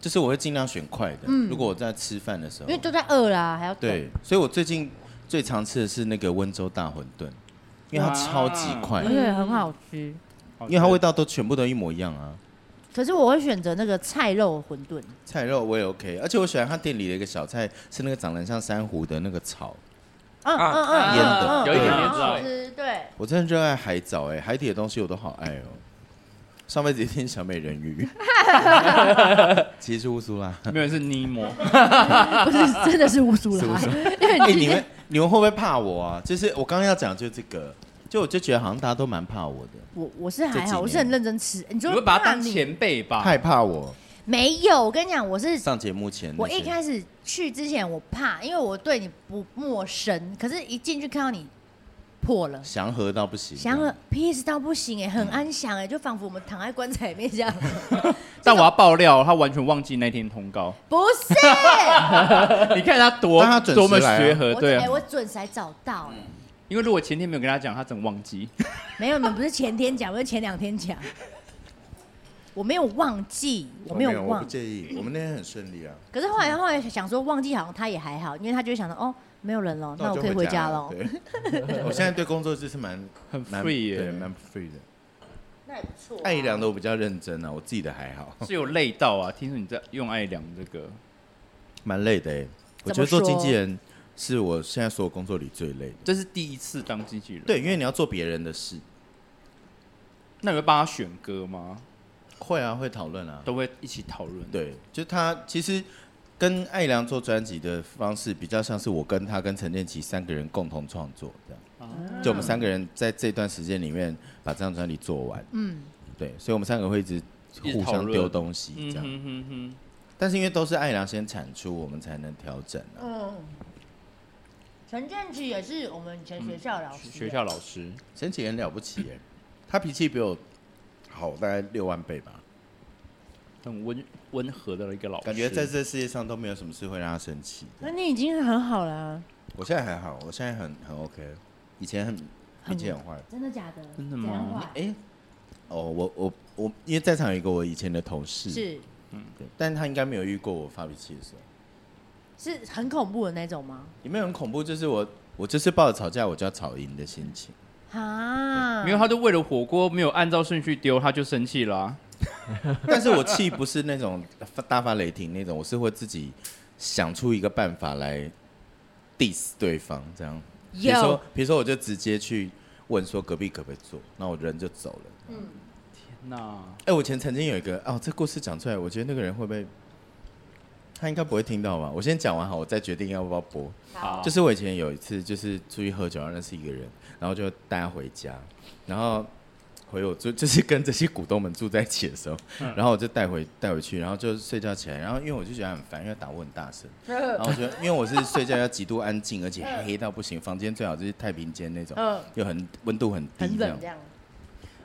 就是我会尽量选快的。如果我在吃饭的
嗯
时
因
候，
为都在饿啦，还要等
对，所以我最近最常吃的是那个温州大馄饨，因为它超级快
而，且很好吃。
因为它味道都全部都一模一样啊。
可是我会选择那个菜肉馄饨，
菜肉我也 OK，而且我喜欢它店里的一个小菜是那个长得很像珊瑚的那个草，
嗯
啊
嗯嗯，
腌的
嗯嗯
有一
嗯
点点
很
知道
好吃，对，
我真的热爱海藻哎、海底的东西我都好爱哦。上辈子一定小美人 鱼，其实是乌苏拉。
没有是尼莫，
不是 真的是乌苏
是乌
拉
苏，
因为
哎、
你今
你
天
们你们会不会怕我啊？就是我刚刚要讲就是这个，就我就觉得好像大家都蛮怕我的，
我我是还
这几
好，
年
我是很认真吃。你
你
说
会把
怕
它当
你
前辈吧？
害怕我
没有？我跟你讲，我是
上节目前那
我
些。
一开始去之前我怕，因为我对你不陌生，可是一进去看到你破了。
啊
祥和到不行，啊
祥和 peace 到不行哎、
嗯
很安详哎、就仿佛我们躺在棺材里面这 样。
但我要爆料，他完全忘记那天通 告。
不是，
你看他多
但他准时
多么
来啊
学和，
我
对
哎、
啊。嗯
我准时还找到哎、
因为如果前天没有跟他讲，他整忘 记。
没有，你们不是前天讲，我是前两天 讲。我没有忘记，我没有
哦我
忘
不。介意，我们那天很顺利啊，
可是后来后来想说忘记，好像他也还好，因为他就会想到哦，没有人了，那我
就
可以回家了。
对，我现在对 工作就是蛮
很
蛮
free 耶
对，蛮 free 的。
那也不错、啊
艾怡良的我比较认真啊，我自己的还好，
是有累到啊！听说你在用爱良这个，
蛮累的哎。我
怎么
觉得做
说
经纪人是我现在所有工作里最累的。
这是第一次当经纪人。，
对，因为你要做别人的事，
那你会帮他选歌吗？
会啊，会讨论啊，
都会一起讨论。，
对，就他其实跟艾良做专辑的方式比较像是我跟他跟陈建奇三个人共同创作这样，
啊
就我们三个人在这段时间里面把这张专辑做完，
嗯，
对，所以我们三个会一直
一直
互
讨
相
论
丢东西
嗯
这样，
哼哼哼，
但是因为都是艾良先产出，我们才能调整啊。
嗯，陈建奇也是我们以前学校老师、
嗯学校老师
陈启很了不起耶，他脾气比我好大概六万倍吧，
很温温和的一个老师，
感觉在这世界上都没有什么事会让他生气的。
那你已经很好了、啊
我现在还好，我现在很很 OK，以前很脾气很坏。
真的假的？
真的吗
怎样坏
哎、哦，我我我，因为在场有一个我以前的同事，
是
对，但他应该没有遇过我发脾气的时候，
是很恐怖的那种吗？
也没有很恐怖，就是我我就是抱着吵架我就要吵赢的心情，
啊，
没有，他就为了火锅没有按照顺序丢，他就生气了、啊。
但是我气不是那种发大发雷霆那种，我是会自己想出一个办法来 diss 对方这样，比如说
有
比如说我就直接去问说隔壁可不可以坐，那我人就走了。
那
哎、我以前曾经有一个哦，这故事讲出来，我觉得那个人会不会，他应该不会听到吧？我先讲完好，我再决定要不要播。
好，
就是我以前有一次，就是出去喝酒，然后认识一个人，然后就带他回家，然后回我住，就是跟这些股东们住在一起的时候，
嗯
然后我就带回带回去，然后就睡觉起来，然后因为我就觉得很烦，因为打呼很大声，
嗯
然后我觉得因为我是睡觉要极度安静，而且黑到不行，房间最好就是太平间那种，
嗯
又很温度很低
很
这样
冷这。样，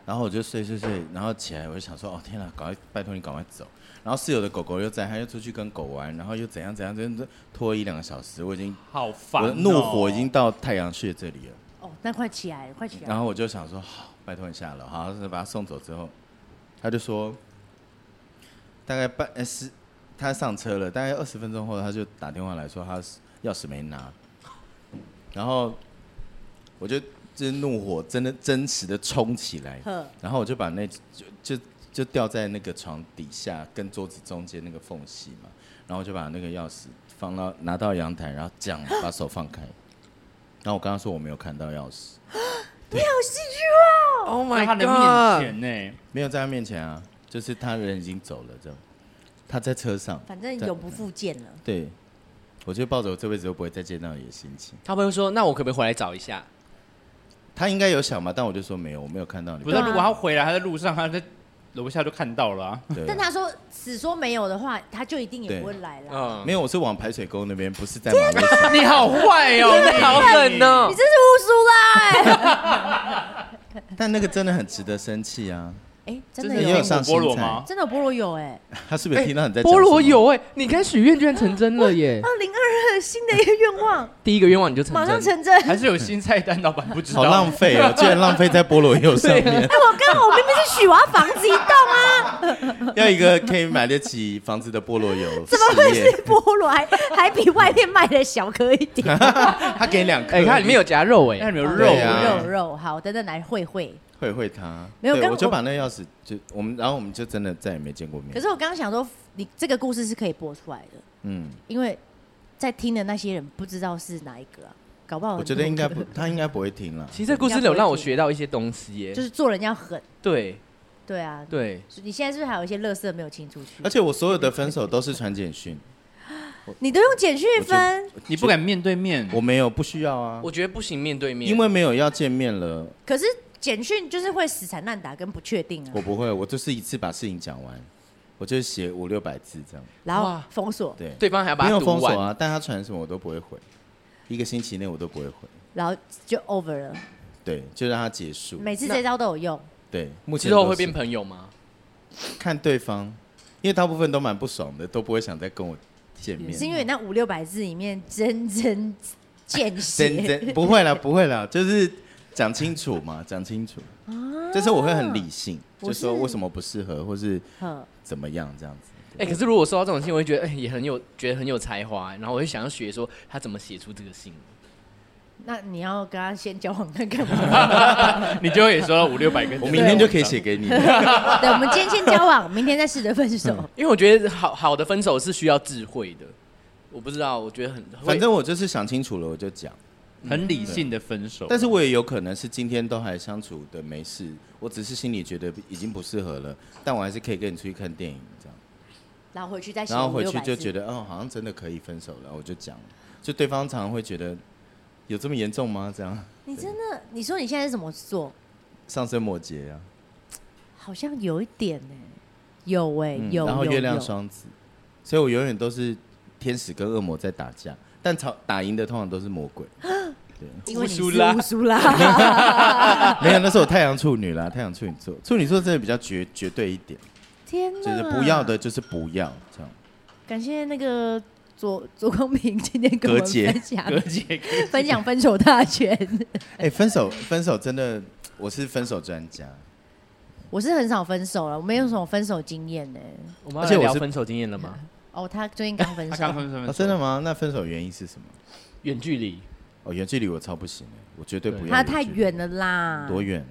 然后我就睡睡睡，然后起来我就想说，哦天哪，赶快拜托你赶快走。然后室友的狗狗又在，它又出去跟狗玩，然后又怎样怎样，真的拖一两个小时，我已经
好烦、哦，
我的怒火已经到太阳穴这里了。
哦，那快起来，快起
然
来，
后我就想说，好，拜托你下楼，好，是把他送走之后，他就说，大概半呃十他上车了，大概二十分钟后，他就打电话来说他钥匙没拿，然后我就就是怒火真的真实的冲起来，
呵，
然后我就把那就就就掉在那个床底下跟桌子中间那个缝隙嘛，然后就把那个钥匙放到拿到阳台，然后这样把手放开，然后我跟他说我没有看到钥匙，
Oh
在他的面前呢、
没有在他面前啊，就是他人已经走了这样，他在车上，
反正
对
永不复见了。
对，我就抱着我这辈子都不会再见到你的心情。
他朋友说：“那我可不可以回来找一下
他应该有想嘛，但我就说没有，我没有看到你。
不
啊
是，如果他回来，他在路上，他在楼下就看到了、啊。
对
但他说死说没有的话，他就一定也
对
不会来？”了。
嗯，
没有，我是往排水沟那边，不是在马路 上。
你好坏哦，你
好狠哦
你！真是乌苏拉哎、
但那个真的很值得生气啊！
哎、真
真
的
的
也
有
有上
菠萝
新菜
吗？
真的有菠萝有哎、
他是不是听到你在讲
菠萝
什么
有哎，你看许愿居然成真了 耶！
二零二二新的一个愿望
第一个愿望你就成
马上
真，
成真。
还是有新菜单， 老板不知道。
好浪费哦，居然浪费在菠萝油上面。
哎，我刚好我明明是许我要房子一栋 啊，
要一个可以买得起房子的菠萝油，
怎么会是
事业
菠萝还还比外面卖的小颗一点？
他给两颗，
哎，它里面有夹肉哎
那，里面有肉
对啊
肉肉，好，等等来会会。
会会他。
没有
对
刚
我就
我
把那钥匙就我们，然后我们就真的再也没见过面。
可是我刚刚想说，你这个故事是可以播出来的，
嗯，
因为在听的那些人不知道是哪一个啊，搞不好
我
很
觉
多
得应该
个
不，他应该不会听了。
其实这故事有让我学到一些东西耶
就。是做人要狠，
对
对啊，
对，
所以你现在是不是还有一些垃圾没有清出去？
而且我所有的分手都是传简讯，
你都用简讯分，
你不敢面对面，
我没有不需要啊，
我觉得不行，面对面，
因为没有要见面了，
可是简讯就是会死缠烂打跟不确定
我
啊，
不会，我就是一次把事情讲完，我就写五六百字这样。
然后
哇
封锁，
对，
对方还要把
没
它
有
读
封锁
完。
啊，但他传什么我都不会回，一个星期内我都不会回。
然后就 over 了。
对，就让他结束。
每次这招都有用，
对，目前
之后
都
会
是
变朋友吗？
看对方，因为大部分都蛮不爽的，都不会想再跟我见面。
是因为那五六百字里面真真见
真
血，
真不会啦，不会啦，就是讲清楚嘛，讲清楚。就是我会很理性，
我
就是说为什么不适合，或是
呵
怎么样这样子。
哎，可是如果收到这种信，我会觉得哎也很有，觉得很有才华，然后我就想要学说他怎么写出这个信。
那你要跟他先交往看干嘛？
你就会也收到五六百个。
我明天就可以写给 你。
对，我们今天先交往，明天再试着分
嗯
手。
因为我觉得好好的分手是需要智慧的，我不知道，我觉得很会
反正我就是想清楚了，我就讲。
很理性的分手，
但是我也有可能是今天都还相处的没事，我只是心里觉得已经不适合了，但我还是可以跟你出去看电影这样。
然后回去再写
然后
五
回
六
去
百
就觉
字，
得哦，好像真的可以分手了，我就讲了。就对方常常会觉得有这么严重吗？这样
你真的，你说你现在是怎么做？
上升摩羯啊，
好像有一点呢，有哎，
嗯
有
然后
有
月亮
有
双子，所以我永远都是天使跟恶魔在打架，但吵打赢的通常都是魔鬼。
因为你是
乌苏拉
乌苏拉，
没有，那是我太阳处女啦，太阳处女座，处女座真的比较绝绝对一点，
天哪！
就是不要的，就是不要这样。
感谢那个左左公平 今天跟我们
葛姐
分享
隔姐
分享分手大全。
哎、分手分手真的，我是分手专家，
我是很少分手了，我没有什么分手经验呢、
我们
而且
要
我
聊
是
分手经验了吗？
哦，他最近刚分
他
手
刚，分手、
啊、真的吗？那分手原因是什么？
远距离，
哦，远距离我超不行的，我绝对不要。
他太远，了啦。
多远？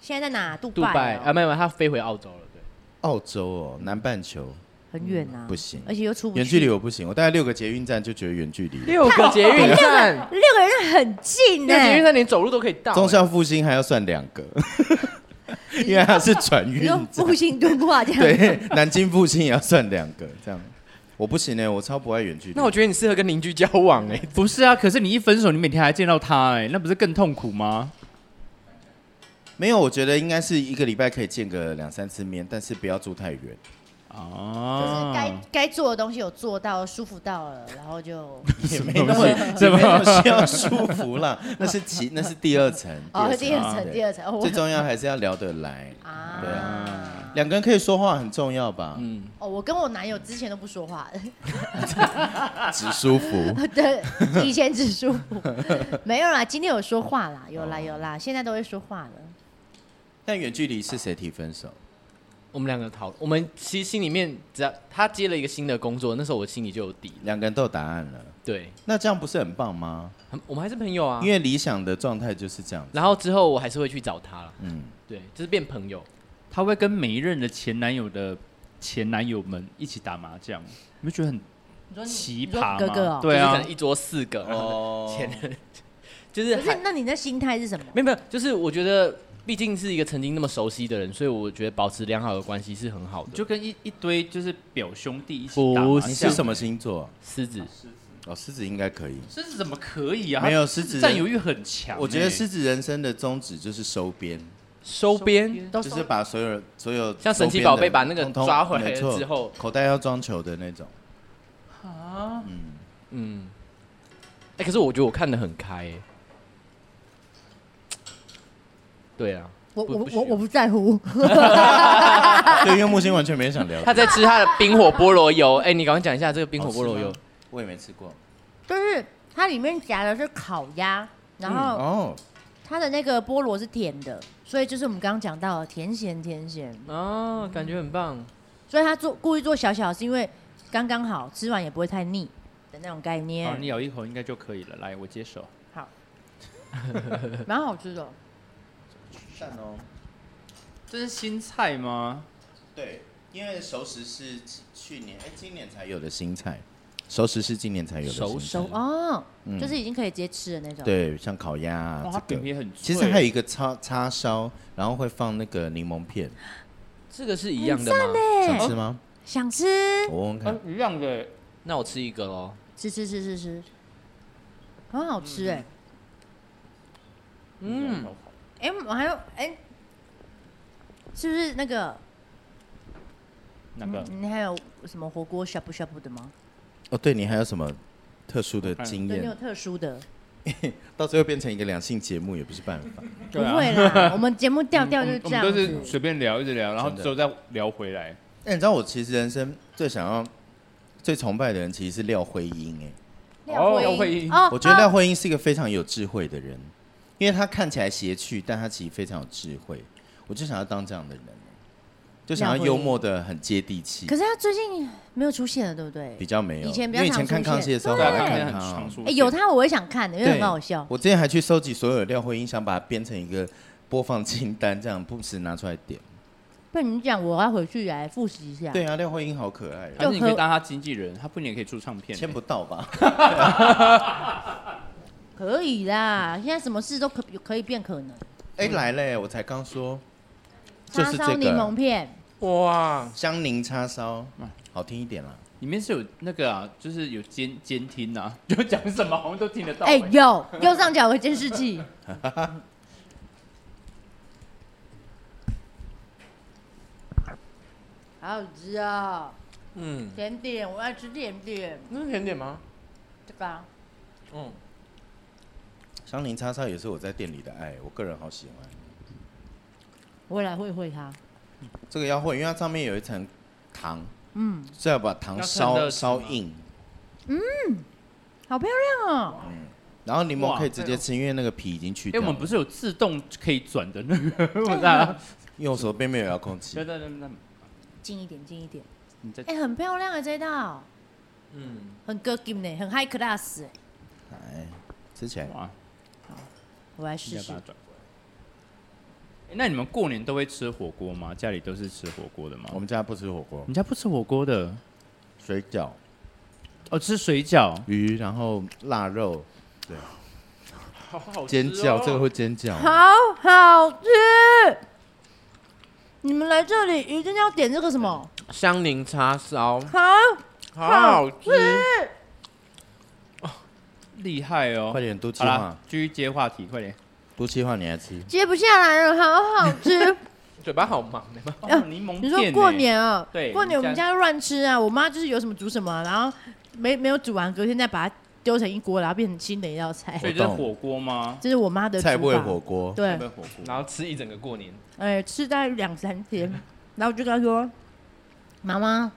现在在哪？杜
杜拜
拜哦、
啊，没有，没有他飞回澳洲了。对，
澳洲哦，南半球
很远啊、
嗯不行
而且又出不去。
远距离我不行，我大概六个捷运站就觉得远距离了。
六个捷运站，
六个人很近
哦六
呢、
个捷运站连走路都可以到。欸
中校复兴还要算两个，因为它是转运
用
站
复。兴敦化这样。
对，南京复兴也要算两个，这样我不行呢，欸我超不爱远距离。
那我觉得你适合跟邻居交往哎。
不是啊，可是你一分手，你每天还见到他、哎，那不是更痛苦吗？
没有，我觉得应该是一个礼拜可以见个两三次面，但是不要住太远。
就是
啊，
哦
该该做的东西有做到，舒服到了，然后 就，
也没那么也没那么需要束缚啦，那是其那是第二层啊
哦，第二层，
对
第二层，哦
最重要还是要聊得来，
我啊
对两个人可以说话很重要吧，
嗯，
哦，我跟我男友之前都不说话，
只舒服。
对，以前只舒服， 没有啦，今天有说话啦，有啦有啦，现在都会说话了。
但远距离是谁提分手？
我们两个讨，我们其实心里面只要他接了一个新的工作，那时候我心里就有底了。
两个人都有答案了，
对，
那这样不是很棒吗？
很我们还是朋友啊。
因为理想的状态就是这样子。
然后之后我还是会去找他了，
嗯，
对，就是变朋友。
她会跟每一任的前男友的前男友们一起打麻将，你不觉得很
你说你
奇
你说
葩吗？
哥哥哦
对
就是
啊
可能，一桌四个，然
哦
后 前任就是
可
还
是那你的心态是什么？
没有没有，就是我觉得毕竟是一个曾经那么熟悉的人，所以我觉得保持良好的关系是很好的。
就跟一一堆就是表兄弟一起
不
打麻
是
你
将
是。什么星座？
狮子，
哦，狮子应该可以。
狮子怎么可以啊？
没有
她
狮子
占有欲很
啊
强欸。
我觉得狮子人生的宗旨就是收编，
收编，
都
就是把所有所有
像神奇
周边的
宝贝把那个
通通
抓回来
没错
之后
口袋要装球的那种。
啊，
嗯，哎、可是我觉得我看得很开、欸，对啊，
我
不
我
不需
我
要
我不在乎，
对，因为木星完全没想聊。
他在吃他的冰火菠萝油，哎、你赶快讲一下这个冰火菠萝油
哦好吃吗，我也没吃过。
就是它里面夹的是烤鸭，
嗯
然后
哦，
它的那个菠萝是甜的，所以就是我们刚刚讲到的甜咸甜咸，
哦，感觉很棒，
所以它做故意做小小的是因为刚刚好，吃完也不会太腻的那种概念。
哦好，你咬一口应该就可以了。来，我接手。
好，蛮好吃的。哦
赞哦。
这是新菜吗？
对，因为熟食是去年哎今年才有的新菜，熟食是今年才有的新菜
熟
熟哦，
嗯
就是已经可以直接吃的那种。，
对，像烤鸭
哇，
啊
哦它
这
饼
个。
也很脆。
其实还有一个叉叉烧，然后会放那个柠檬片，
这个是一样的吗？
欸
想吃吗？
想吃，
我问问看。
嗯一样的，
那我吃一个喽，
吃吃吃吃吃，很好吃哎、
嗯，
哎、我还有哎、是不是那个？
那个
嗯你还有什么火锅 shabu shabu 的吗？
哦，对你还有什么特殊的经
对，你有
验？
特殊的？
到最后变成一个两性节目也不是办法。
不会 啦，我们节目调调就是这
啊嗯我
样
们都
子
是。随便聊，一直聊，然后
真的
之后再聊回来。
哎，你知道我其实人生最想要、最崇拜的人其实是廖辉英哎。
哦廖慧 英
哦
我觉得廖
哦
慧英是一个非常有智慧的人，因为她看起来邪趣，但她其实非常有智慧。我就想要当这样的人，欸就想要幽默的很接地气
可。是他最近没有出现了，对不对
比？较没有，
以前比较
因为以前看
常出
康熙的时候，我
对
还
大家
看
很
他
常
哦。
出
哎、
现
有他我也想看的，因为很好笑。
我之前还去收集所有廖慧英，想把它编成一个播放清单，这样不时拿出来点。
被你讲，我要回去来复习一下。
对，啊，廖慧英好可爱
还
哦，
是你可以当他经纪人，他不仅也可以出唱片欸。
签不到吧？
可以啦。现在什么事都可可以变可能。
哎，来嘞，我才刚说，就
叉
是
烧
这
柠檬
个
片，
嗯哇，
香柠叉烧，好听一点啦。
里面是有那个啊，就是有监监听呐、啊，就讲什么好像都听得到、
哎、
哎
有右上角有个监视器。 好好吃哦，
嗯，
甜点，我要吃甜点。
那是甜点吗？
这个啊
嗯，
香柠叉烧也是我在店里的爱，我个人好喜欢。
我也来会会它。
这个要会，因为它上面有一层糖，
嗯，
是要把糖
要趁
烧
热吃
烧
吗
硬，
好漂亮哦。
然后柠檬
哇
可以直接吃，因为那个皮已经去
因为
掉
我
了。
们不是有自动可以转的那个， 我
哎
啊大
因为我手边没有遥控器
家，等等等，
近一点，近一点。
你再
哎、很漂亮啊，这一道，
嗯，
很 good game 呢，很 high class 哎。
哎，吃起来
哇，
我来
你
试
再
试
把它。转过来。哎那你们过年都会吃火锅吗？家里都是吃火锅的吗？
我们家不吃火锅
你，家不吃火锅的，
水饺、
哦，吃水饺。
鱼，然后腊肉、
好好
煎
哦
饺，这个会煎饺。
好好吃！你们来这里一定要点这个什么？
香柠叉烧，
好，
好好吃，
厉害哦！
快点都计
好啦
划，，
继续接话题，快点。
都计划你来吃。
接不下来了，好好吃。
嘴巴好忙欸的吗？
啊
哦柠檬
你说
片
过
呢
年啊？
对
过年我们
你家
家乱吃啊，我妈就是有什么煮什么，啊然后没没有煮完，隔天再把它丢成一锅，然后变成新的一道菜
所。以这是火锅吗？
这是我妈的
菜
煮
味
法
火锅，
对，
火锅
然后吃一整个过年，
哎，吃大概两三天，然后我就跟她说：“妈妈，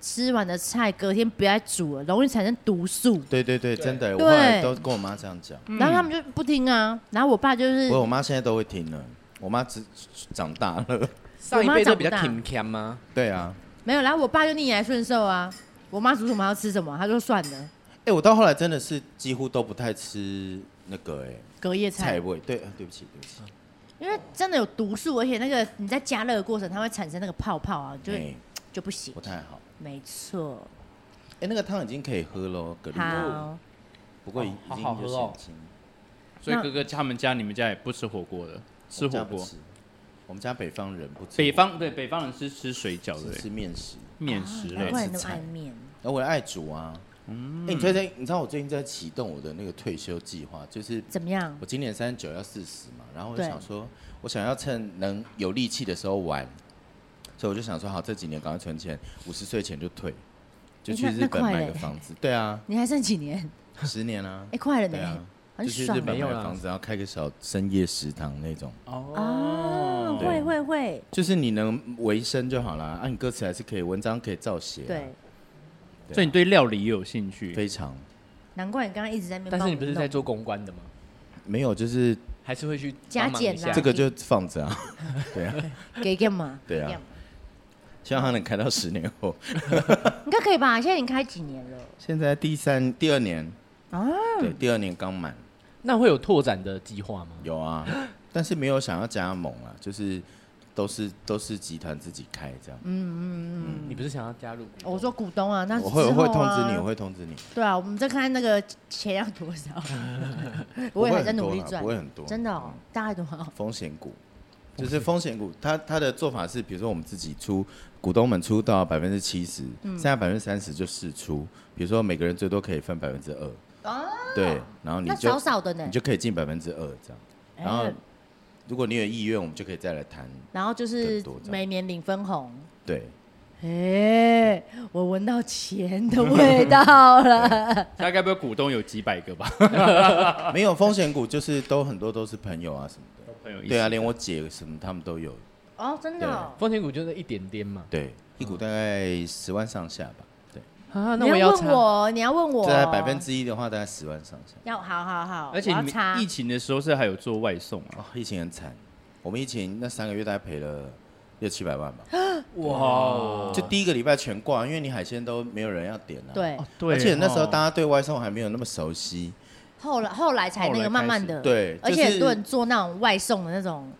吃完的菜隔天不要再煮了，容易产生毒素。”
对对对，真的，我
对
后来都跟我妈这样讲，
然后他们就不听啊，然后我爸就是
我我妈现在都会听了。我妈只长大
嗯
了。
上一辈都比较
我妈长不
挺强吗？
对啊，
没有，然后我爸就逆来顺受啊。我妈煮什么她要吃什么，他就算了，
哎、我到后来真的是几乎都不太吃那个哎、
隔夜
菜
菜，
味。对，呃对不起，对不起。
因为真的有毒素，而且那个你在加热的过程，它会产生那个泡泡啊，就、
哎
就不行
不。太好。
没错，
哎、那个汤已经可以喝喽，蛤蜊汤。
好，
不过已
哦
已
好
经
好
有
喝哦
现金
所以
那
哥哥他们家、你们家也不吃火锅的，吃
我们
火
家不
锅。
吃。我们家北方人不吃火锅，
北方对北方人是吃水饺
只
的，
吃面食。
面食
难
类
怪你那
对吃
么
菜
爱面。
然后我也爱煮啊。嗯，你最近你知道我最近在启动我的那个退休计划，就是
怎么样？
我今年三十九要四十嘛，然后我就
对
想说，我想要趁能有力气的时候玩，所以我就想说，好，这几年赶快存钱，五十岁前就退，就
诶
去
那
日
那
本
快
买
嘞
个房子。对啊，
你还剩几 年？
十年啊
哎、，快了
对啊
呢，，很
就去
爽哎
日本
没有
买
啦
个房子，然后开个小深夜食堂那种，
啊！
对
会会会，
就是你能维生就好啦。啊，你歌词还是可以，文章可以照写、啊，
对，，
所以你对料理也有兴趣。
非常
难怪你刚刚一直在那边
但
帮我
是
们
你
弄。
不是在做公关的吗？
没有，就是
还是会去
加
帮忙
减
一
啦
下
这个就放着啊， 对啊。
给干嘛？
对啊
给干嘛
希望他能开到十年后。
应该可以吧？现在已经开几年了
现在第三、第二年，
啊？
对，第二年刚满，
那会有拓展的计划吗？
有啊， 但是没有想要加盟啊，就是都是都是集团自己开这样。
你不是想要加入股东？
我说股东嗯啊，那
我会我
之后
会
啊
通知你，我。会通知你。
对啊，我们再看那个钱要多 少。我也还在努力赚
不，会很多啦，不会很多嗯
真的哦，大概多少？
风险股，就是风险股，它它的做法是，比如说我们自己出，股东们出到百分之七十，
嗯
剩下百分之三十就试出，比如说每个人最多可以分百分之二，对，然后你
啊那
就
少少的呢
你。就可以进百分之二这样，然后
哎
如果你有意愿，我们就可以再来谈，
然后就是
更多这样
每年领分红。
对，
哎，我闻到钱的味道 了。
大概不会股东有几百个吧？
没有风险股就是都很多都是朋友啊什么的，
很有意思。
对啊，连我姐什么他们都有，
哦，真的哦。
风险股就是一点点嘛。
对，一股大概十万上下吧，对，
啊，那
你
我也
要问
查。
我，你要问我，
在百分之一的话大概十万上下。
要好好好，
而且
我要
你
查
们疫情的时候是还有做外送
哦
啊？，
疫情很惨，我们疫情那三个月大概赔了六七百万吧，
哇哦，
就第一个礼拜全挂，因为你海鲜都没有人要点啊。，
对，
哦，对。
而且那时候大
家
家对外送还没有那么熟悉，
后来后来才那个慢慢的，
后来开始对
而
就
且
是
很多人做那种外送的那种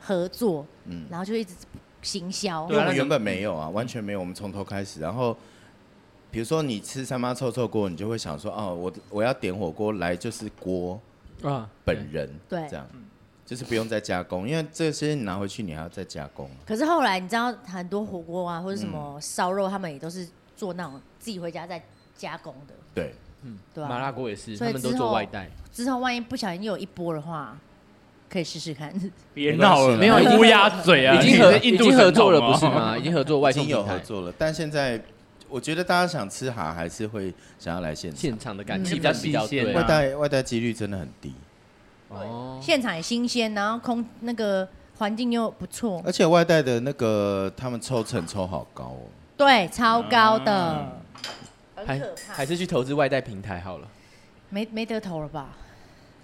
合作，
嗯
然后就一直行销
因，为我
那
们
个
原本没有啊，完全没有，我们从头开始。然后，比如说你吃三妈臭臭锅，你就会想说，哦，我我要点火锅来就是锅
啊，
本人，
对
这样。
嗯
就是不用再加工，因为这些你拿回去你还要再加工。
可是后来你知道很多火锅啊或者什
嗯
么烧肉，他们也都是做那种自己回家再加工的，
对，
对
麻辣
吧？
锅也是，
所
他
以
们都
之
做
后
外带。
之后万一不小心又有一波的话，可以试试看。
别闹了，
没有
已经
乌鸦嘴啊！
已经
你
合
是
已
印度
经合
神童
作了
哦
不是？吗？已经合作外
已
送
经有
平
合
台，
作了，但现在我觉得大家想吃蛤还是会想要来现场，
现场的感
嗯
觉
比
比
较
较比较
新鲜
对
外
啊
啊。
带外带几率真的很低。
哦，
现场也新鲜，然后空那个环境又不错，
而且外带的那个他们抽成抽好高哦，
对，超高
嗯
啊
的，很
还
可怕
还，是去投资外带平台好了。
没没得投了吧？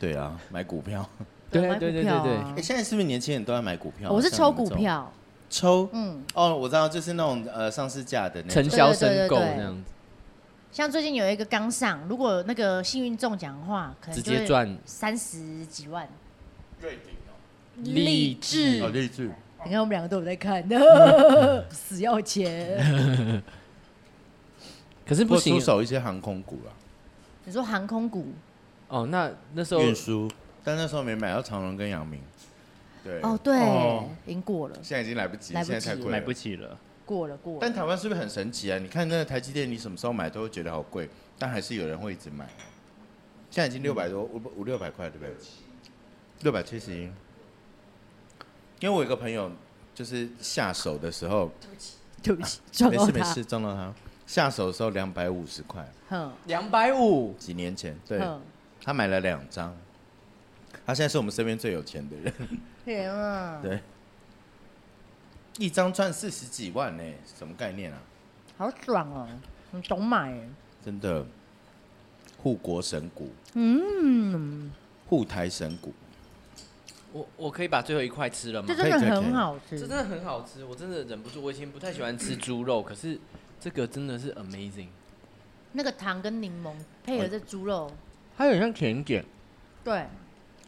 对啊，买股票。
对
买股
对对
票
对
啊
哎、现在是不是年轻人都在买股票啊？
我是
像
抽
你们
股
这种，
票，
抽，
嗯。
哦，我知道，就是那种呃上市价的那
承
种。
销
对对对
申购
对对
那样子，
像最近有一个刚上，如果那个幸运中奖的话，可能
直接赚
三十几万。
励志
好哦励志，
你看我们两个都有在 看，死要钱。
可是不
或出
行
手一些航空股啊，
你说航空股
哦。那那时候
运输，但那时候没买到长荣跟阳明。对，
哦，对
哦，
赢过了，
现在已经来不及，
来
了，
不及
现在太贵了，
买不起了。
过了，过
但
了。
台湾是不是很神奇啊？你看那个台积电，你什么时候买都会觉得好贵，但还是有人会一直买。现在已经六百多，
嗯
五五六百块，对不对？六百七十一。因为我有个朋友，就是下手的时候，
对不起，撞
没
到
事没
他。
事，撞到他。下手的时候两百五十块，
哼，
两百五，
几年前，对
哼，
他买了两张。他现在是我们身边最有钱的人，
嗯天啊，
对，一张赚四十几万呢、什么概念啊？
好爽哦，你懂买耶。
真的，护国神股，
嗯，
护台神股，
我我可以把最后一块吃了吗
这？真的
可以可以
很好
这
吃
真。的很好吃，我真的忍不住。我以前不太喜欢吃猪肉，可是这个真的是 amazing，
那个糖跟柠檬配合这猪肉，
它有点像甜点，
对，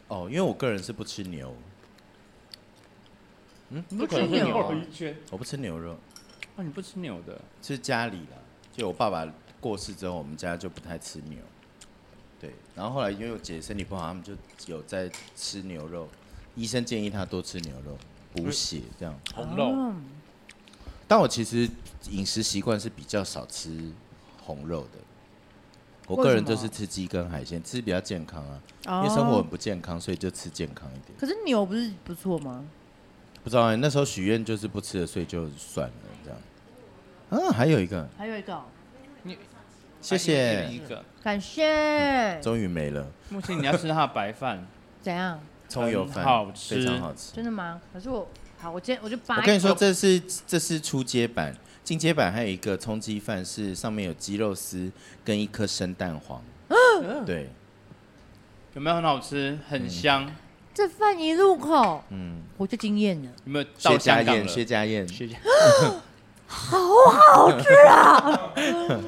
哦，因为我个人是不吃牛，
嗯，
你
这
不
可能
吃
是
牛
啊
啊
圈
我不吃牛肉，
啊，你不吃牛的，
吃家里啦。就我爸爸过世之后，我们家就不太吃牛。对，然后后来因为我姐身体不好，他们就有在吃牛肉，医生建议她多吃牛肉补血这样。
红肉，
嗯
但我其实饮食习惯是比较少吃红肉的，我个人就是吃鸡跟海鲜，吃比较健康啊，因为生活很不健康，所以就吃健康一点。
哦可是牛不是不错吗？
不知道、欸、那时候许愿就是不吃了，所以就算了这样。啊，还有一个，
还有一个哦，
谢
哎
谢
一，个一个。
感谢，
终于没了，
目前你要吃他的白饭，
怎样？
葱油饭
很好吃
非常好吃。
真的吗？可是我好，我今天我就扒。
我跟你说，，这是这是初阶版，进阶版还有一个葱鸡饭，是上面有鸡肉丝跟一颗生蛋黄。对，
有没有很好吃？很香，
这饭一入口，
嗯，
我就惊艳了。
有没有到香
薛家
港
燕，
了？
薛家燕，
谢谢。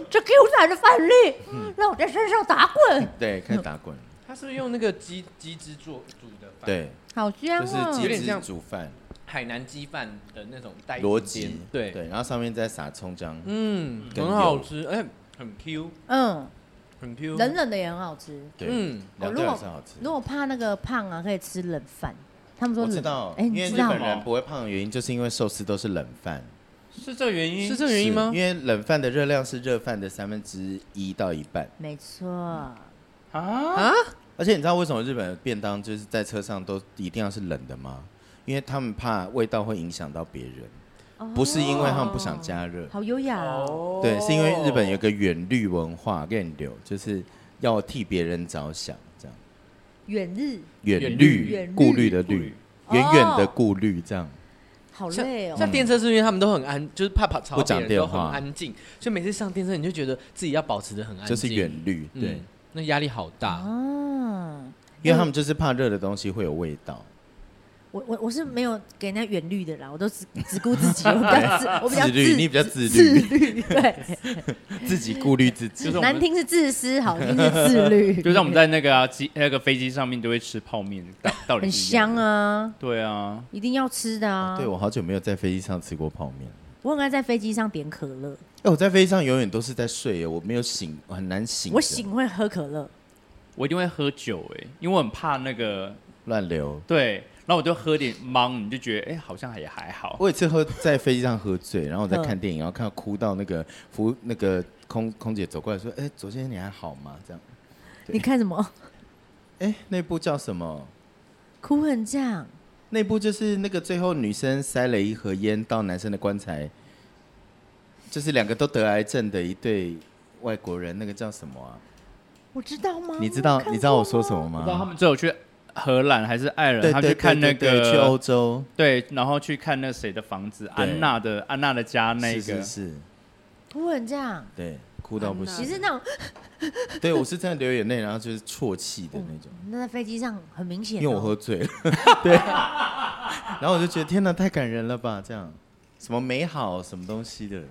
这 Q 弹的饭粒
嗯
让我在身上打滚，
对，开始打滚，
嗯
它是不是用那个鸡鸡汁做煮的？，
对，
好香
就是
哦！
鸡
有点
汁
像
煮饭
海南鸡饭的那种带
逻
一
辑
点，对，
对，然后上面再撒葱姜，
嗯，
跟
很好吃，哎，很 Q，
嗯，
很 Q，
冷冷的也很好吃。
对，
嗯，
两
哦
个
如果
也是好吃。
如果怕那个胖啊，可以吃冷饭。他们说
我
冷，
知道，
哎，
因
你
为
知
日
道
本
吗？
人不会胖的原因，就是因为寿司都是冷饭。
是这个原因？
是这个原因吗
是？因为冷饭的热量是热饭的三分之一到一半。
没错，
啊？
啊，
而且你知道为什么日本的便当就是在车上都一定要是冷的吗？因为他们怕味道会影响到别人，不是因为他们不想加热，
好优雅哦。
对，是因为日本有个远虑文化，跟流就是要替别人着想，这样
远
嗯
日
远
远
虑
虑
顾虑的
顾
虑
虑，
远远的
哦
顾虑这样。
好
像
累哦，
像电车是因为他们都很安，就是怕跑吵
不
别
讲
人
电
都
话
很安静，所以每次上电车你就觉得自己要保持的很安静，
就是远虑，
嗯
对，，
那压力好大。
嗯
啊！
因为他们就是怕热的东西会有味道，
我我我是没有给人家远虑的啦，我都只只顾自己，我比较 自，我比较
自律，你比较自
自
律，
律，对，
自己顾虑自己
就是，我们
难听是自私，好听是自律，
就像我们在那个啊机那个飞机上面都会吃泡面， 道道理
很
是一样
香
的。
啊，
对啊，
一定要吃的啊。
对我好久没有在飞机上吃过泡面。
我很爱在飞机上点可乐，
哎、我在飞机上永远都是在睡耶，我没有醒，我很难醒的。
我醒会喝可乐，
我一定会喝酒哎、因为我很怕那个
乱流。
对，然后我就喝点懵，你就觉得哎、好像也还好。
我有一次喝在飞机上喝醉，然后我
嗯
在看电影，然后看到哭到那个服务那个空空姐走过来说：“哎、左先生你还好吗？”这样，对
你看什么？
哎、那部叫什么？
哭成这样，
那部就是那个最后女生塞了一盒烟到男生的棺材，就是两个都得癌症的一对外国人，那个叫什么啊？
我知道吗？
你知道
我看
你知道我说
过啊
什么
吗？
你知道他
吗？
们最后去荷兰还是爱尔
对
兰，他
对对
们去看那
对对去欧
个
洲
对，然后去看那谁的房子，安娜的安娜的家那
是
个
是是，
哭成这样，
对，哭到不
其
行。
实那种
对我是真的流眼泪，然后就是啜泣的那种。
那在飞机上很明显哦，
因为我喝醉了， 对。然后我就觉得天哪，太感人了吧！这样，什么美好什么东西的，
啊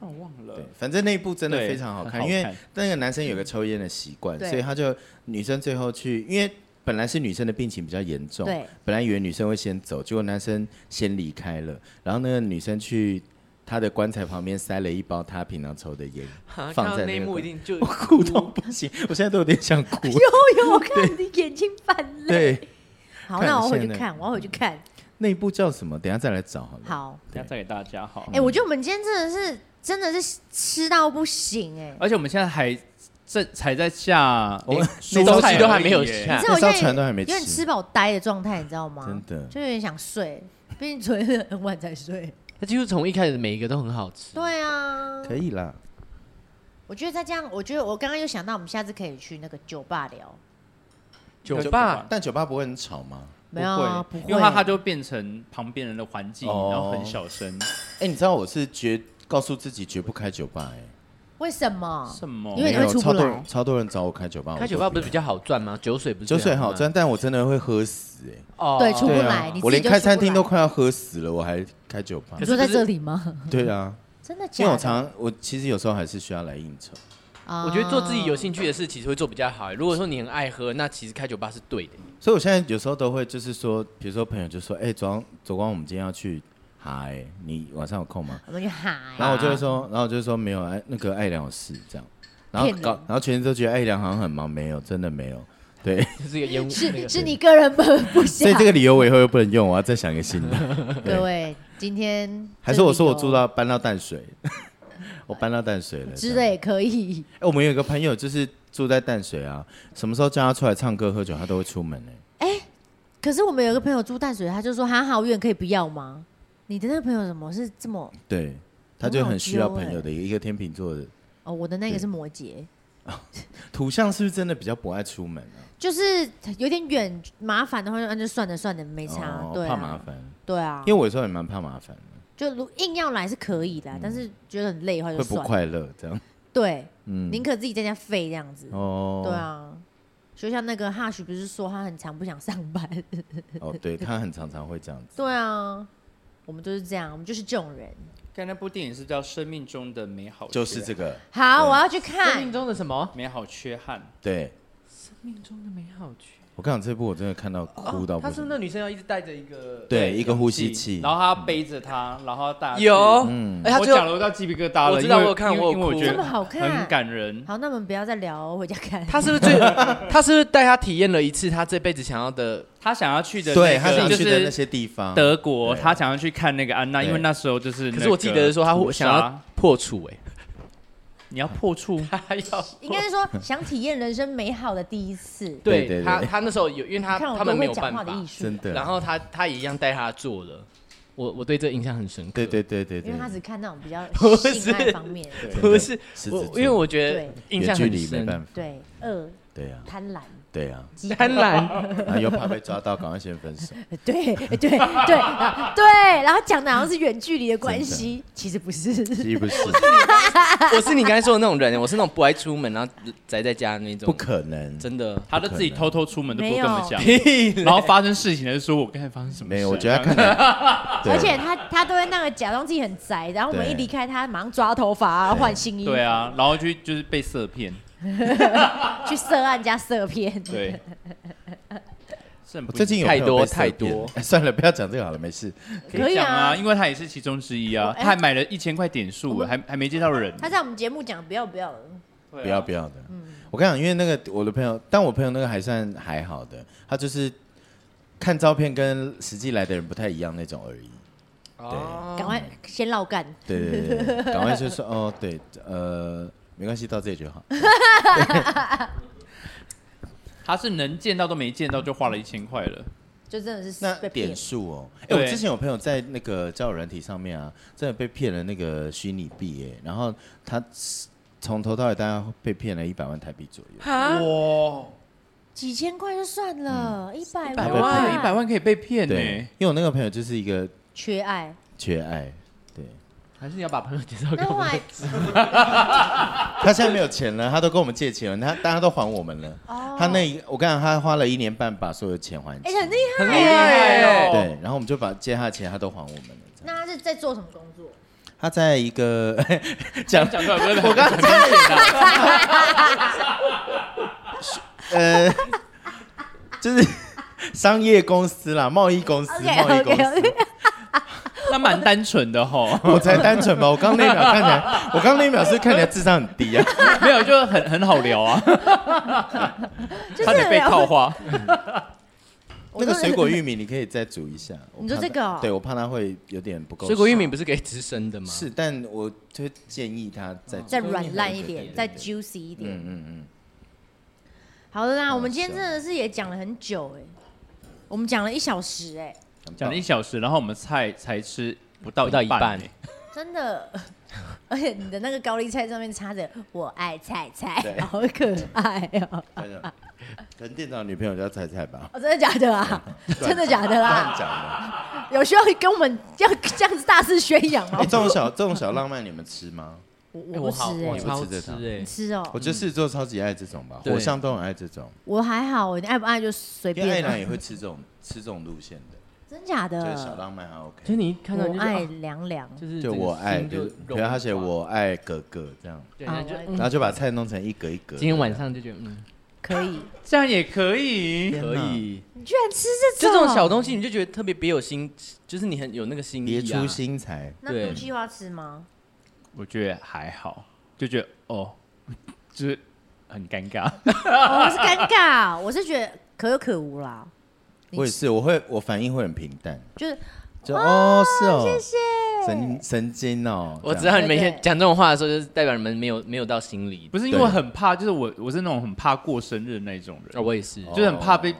突然忘了
对，反正那一部真的
呃对
非常好看，
很好
因为
看
那个男生有个抽烟的习惯，
对
所以他就女生最后去，因为本来是女生的病情比较严重，
对，
本来以为女生会先走，结果男生先离开了，然后那个女生去。他的棺材旁边塞了一包他平常抽的 烟
啊，
放
看到
在
那一
个
幕
棺
一定 就
哭到不行，我现在都有点 想哭。
有有，我看你眼睛泛泪。
对，
好，
看
那我
现
回去
在嗯
看，我要回去看。
那一部叫什么？等一下再来找好了。
好，
等一下再给大家好。
嗯
哎、我觉得我们今天真的是真的是吃到不行
啊
哎、
而且我们现在还正才在下，
我
连
们
蔬
东
菜
西都
而
还
已
没有
耶
下
你知道我
那
现
艘
在
船都还没
有点
吃
吃饱呆的状态，你知道吗？
真的
就有点想睡，毕竟昨天很晚才 睡。
它几乎从一开始每一个都很好
哦
吃。
对啊，
可以啦，
我觉得再这样，我觉得我刚刚又想到，我们下次可以去那个酒吧聊。
酒
酒
吧
吧
但酒吧不会很吵吗？
没有啊，不会，
因为它它就变成旁边人的环境，
哦
然后很小声。
哎、你知道我是绝告诉自己绝不开酒吧、哎，
为什么？
什么？
因为你会
没有
出不
超多
来
人超多人找我开酒吧，
开
我
酒
说
吧不是比较好赚吗？酒水不是
酒水
最
好
吗
赚，但我真的会喝死哎、
哦
对出不
对
来
啊
你自己就出不来，
我连开餐厅都快要喝死了，我还开酒吧
你
可。
说
是
在
不是
这里吗？
对啊，
真的假的？
因为我常我其实有时候还是需要来应酬。
啊
我觉得做自己有兴趣的事，其实会做比较好。如果说你很爱喝，那其实开酒吧是对的。
所以我现在有时候都会，就是说，比如说朋友就说：“哎、左光，左光，我们今天要去嗨，你晚上有空吗
我们去海？”，
然后我就会说，然后我就说没有，哎，那个爱良有事这样。然后
啊骗人
搞，然后全都觉得爱良好像很忙，没有，真的没有。对，
就是一个烟雾，那
是
个
是你个人不不
所以
想。
这个理由我以后又不能用，我要再想一个新 的。
各位，今天
还是我说我
这
住
里有
到搬到淡水， 我搬到淡水了
之
这样
类可以，
哎、我们有一个朋友就是住在淡水啊，什么时候叫他出来唱歌喝酒，他都会出门哎、
可是我们有一个朋友住淡水，他就说哈好远，可以不要吗？你的那个朋友怎么是这么？
对，他就很需要朋友的一个天秤座的。
哦，我的那个是摩
嗯
羯，
土象是不是真的比较不爱出门啊？就是
有点远，麻烦的话就啊那就算了算了，没差，
哦
对、啊，
怕麻，烦。
对啊
因，为我有时候也蛮怕麻烦的，
就如硬要来是可以的，但是觉得很累的话就
嗯会不
算了，
快乐这样。
对，
嗯，
宁可自己在家废这样子，
哦，
对，啊。就像那个哈许不是说他很常不想上班，
哦，对他很常常会这样子。
对啊，我们就是这样，我们就是这种人。
看那部电影是叫《生命中的美好》，
就是这个，
好，
对
我要去
生
看
命。中的什么？
美好缺憾。
对
生命中的美好剧。
我刚讲这部我真的看到哭到
哦
他
不
是
行，
那女生要一直带着一个
对，一个呼吸器，
然后他背着他，然后大家去
有，
嗯
哎，他
我
最
讲
后
了，我到鸡皮疙瘩了。
我知道
因为
我有看
因为
我有
因为我
哭
觉得
这么好看
很感人。
好，那我们不要再聊，我回家看。
他是不是最他是不是带他体验了一次他这辈子想要的？
他想要去的那个，
对他想
就
去的那
是
些地方，
德国，
对
他想要去看那个安娜，
对
因为那时候就是那个屠杀。
可是我记得说他想要破处，哎，
你要破处，
他要
应该是说想体验人生美好的第一次。
对对
对
对
他他那时候有，因为 他
看我
他
多
们
会
没有
讲
办
话的
法
艺，术，
真的。
然后他他也一样带他做了。我我对这印象很深刻。
对对对对
因
对
为，他只看那种比较
不是
性爱方面，
真的
不是
狮子
我，
座
因为我觉得印象
远距
很
离没办
深。
法，
对，饿、
对呀
贪婪、
对呀，
饥
贪婪，
然后又怕被抓到，赶快先分手。
对对对啊对，然后讲的好像是远距离的关系，其实不是。
是不是？
我是你刚才说的那种人，我是那种不爱出门，然后宅在家的那种。
不可能，
真的，
他就自己偷偷出门都不
没
跟
有
我们讲，然后发生事情的时候，我刚才发生什么事？
没有，我觉得他可能，对
而且他他都会那个假装自己很宅，然后我们
对
一离开他，马上抓头发啊，换新衣服，
对啊，然后就就是被色骗，
去色案加色片。
对。是很
我
不
最近有
太
朋友被
多
色
太
骗
多
哎算了，不要讲这个好了，没事。
可
可
以
以讲
啊
啊，因为他也是其中之一啊，
哎
他还买了一千块点数，啊还还没接到人。
他在我们节目讲不要不要了，
不
不要不要的。我跟你讲，因为那个我的朋友，但我朋友那个还算还好的，他就是看照片跟实际来的人不太一样那种而已。
赶快先绕干。
对对对对，对赶快就说哦，对，呃，没关系，到这里就好。
他是能见到都没见到就花了一千块了，
就真的是
那
被骗
点。数哦，哎、
对
我之前有朋友在那个交友软体上面啊，真的被骗了那个虚拟币耶，然后他从头到尾大概被骗了一百万台币左右。
啊，
几千块就算了，一百
百
万
万
一百万可以被骗呢、
对，因为我那个朋友就是一个
缺爱。
缺爱，对
还是你要把朋友介绍给
那后
我
来
们？
他现在没有钱了，他都跟我们借钱了，他大家都还我们了。
哦，
他那一我跟你讲，他花了一年半把所有钱还
哎、
清，
很厉害。
很厉害哦，
对，然后我们就把借他的钱，他都还我们了。这
那
样
他是在做什么工作？
他在 一个讲
讲出来不是
我刚
才
呃，就是商业公司啦，贸易公司，贸易公司。
那蛮单纯的吼，
我才单纯吧，我刚那一秒看起来，我刚那一秒是看起来智商很低啊。
没有就很很好聊啊，
就是
差点被套话。
那个水果玉米你可以再煮一下。我
你说
怕它
这个哦
对，我怕它会有点不够熟。
水果玉米不是给直升的吗？
是，但我就建议它
嗯
再
再
再
软烂一
对对
点，
对
再 juicy 一
嗯
点。
嗯嗯，
好的啦，
嗯
我们今天真的是也讲了很久哎、我们讲了一小时哎、
很棒
讲了一小时，然后我们菜才吃不到
不到
一
一
半
半
欸，
真的。 而且你的那个高丽菜上面插着“我爱菜菜
对”，
好可爱哦、。
真 的可能店长女朋友叫菜菜吧
哦！真的假的啊？
嗯
真的假的啦
乱？讲 的。
有需要跟我们要这样子大肆宣扬吗
哎哎，？这种小这种小浪漫你们吃吗？
我
哎
我不
好
吃
我
哎、
不
超
吃这
吃
套
哎
你，吃哦、
我觉得狮子座超级爱这种吧，
对
火象都很爱这种，
我还好，你爱不爱就随
因为爱
便、
尔兰
啊
也，会吃这种吃这种路线的，
真假
就是小
的？
浪漫还
其实
OK。
你一看到你
我
嗯就觉
爱
得啊
凉凉，
就是
就
整个
我爱，
心
就
就是
比
融
如他写
化，
我爱格格这样，
对，
啊
然后就
我爱
嗯
然后就把菜弄成一格一格。
今天晚上就觉得嗯
可以。
这样也可以。
天
可
哪
以，
你居然吃
就这种小东西你就觉得特别别有心，就是你很有那个心意
别
啊，
出心裁，
那
对
毒计划吃吗？
我觉得还好，就觉得哦， 就是很尴 尬。
哦我是尴尬，我是觉得可有可无啦。你
我也是，我会我反应会很平淡，
就是
就哦是哦，
谢
神神经哦，
我
这
知
样
道你们
对
现讲这种话的时候，就是代表你们没有没有到心里。
不是因为我很怕，就是我我是那种很怕过生日的那一种
哦，
人，
我也是，
哦
就是很怕被就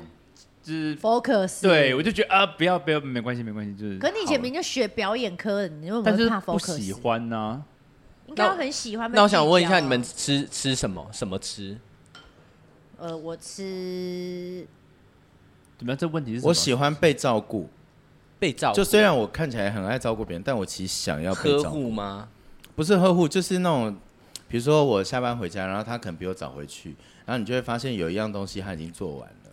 是。
focus。
对，我就觉得啊，不要不要，没关系没关系，就是。
可你以前明明就学表演科的，你为什么
但
会
是
怕
不
focus？
喜欢呐、
应该会很喜欢。
那我想问一
啊
下，你们，吃吃什么？什么吃？
呃，我吃
怎么样？这问题是什么
我喜欢被照顾，
被照顾
就虽然我看起来很爱照顾别人，但我其实想要被
呵
照顾，
护吗？
不是呵护，就是那种，比如说我下班回家，然后他可能比我早回去，然后你就会发现有一样东西他已经做完了，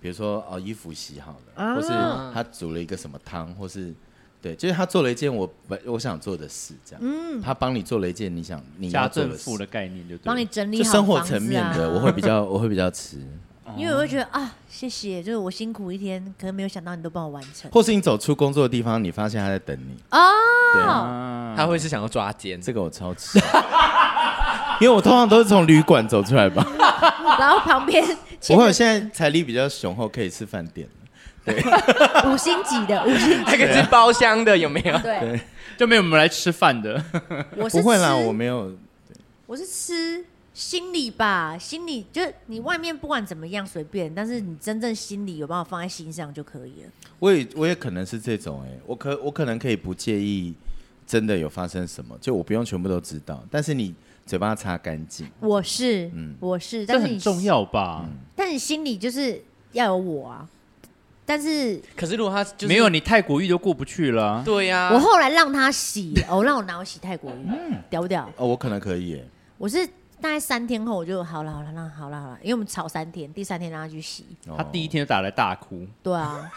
比如说哦衣服洗好了，
啊
或是他煮了一个什么汤，或是对，就是他做了一件我本我想做的事，这样，
嗯
他帮你做了一件你想你
家
要做
政
的事
妇，的概念就对了
帮你整理
就
好
生活
房子
层面的，
啊
我会比，较我会比较吃，
因为我会觉得啊，谢谢，就是我辛苦一天，可能没有想到你都帮我完成。
或是你走出工作的地方，你发现他在等你，对
哦，
啊
啊，
他会是想要抓奸？
这个我超 吃，因为我通常都是从旅馆走出来吧。
然后旁边
不
签
会，我现在财力比较雄厚，可以吃饭店。
五星级的五星
那个是包厢的有没 有？
对，
就没有我们来吃饭的，
我是
不会啦，
吃
我没有。
我是吃心里吧，心里就是你外面不管怎么样随便，但是你真正心里有把我放在心上就可以了。
我也我也可能是这种哎、我可我可能可以不介意真的有发生什么，就我不用全部都知道，但是你嘴巴擦干净。
我是，
嗯
我是，
这
但是你
很重，要吧？
但你心里就是要有我啊。但是
可是如果他就是
没有，你泰国浴都过不去了啊、嗯
对呀，
我后来让他 洗，哦，让我拿我洗泰国浴，屌不屌？
哦，我可能可以、欸，
我是大概三天后我就好了，好了，那好了好了，因为我们吵三天，第三天让他去洗。
哦
他第一天就打来大哭，
对 啊，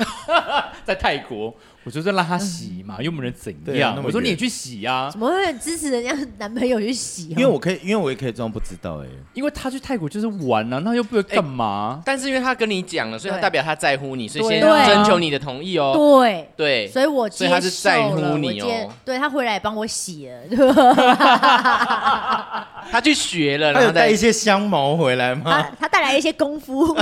在泰国，我就是让他洗嘛，又没人怎
对啊
样。
那么
我说你也
远
去洗啊呀、
怎么会支持人家男朋友去洗哦？
因为我可以，因为我也可以装不知道哎、
因为他去泰国就是玩啊，那又不会干嘛、
但是因为他跟你讲了，所以他
对
代表他在乎你，所以
对
先
啊
征求你的同意哦。
对。
对，
所以我接
所以他是
受
在乎
了我
你哦
接对他回来帮我洗了，
他去学了，
他
然
有
后
带
再
一些香茅回来
他
啊
吗？
他带来一些功 夫，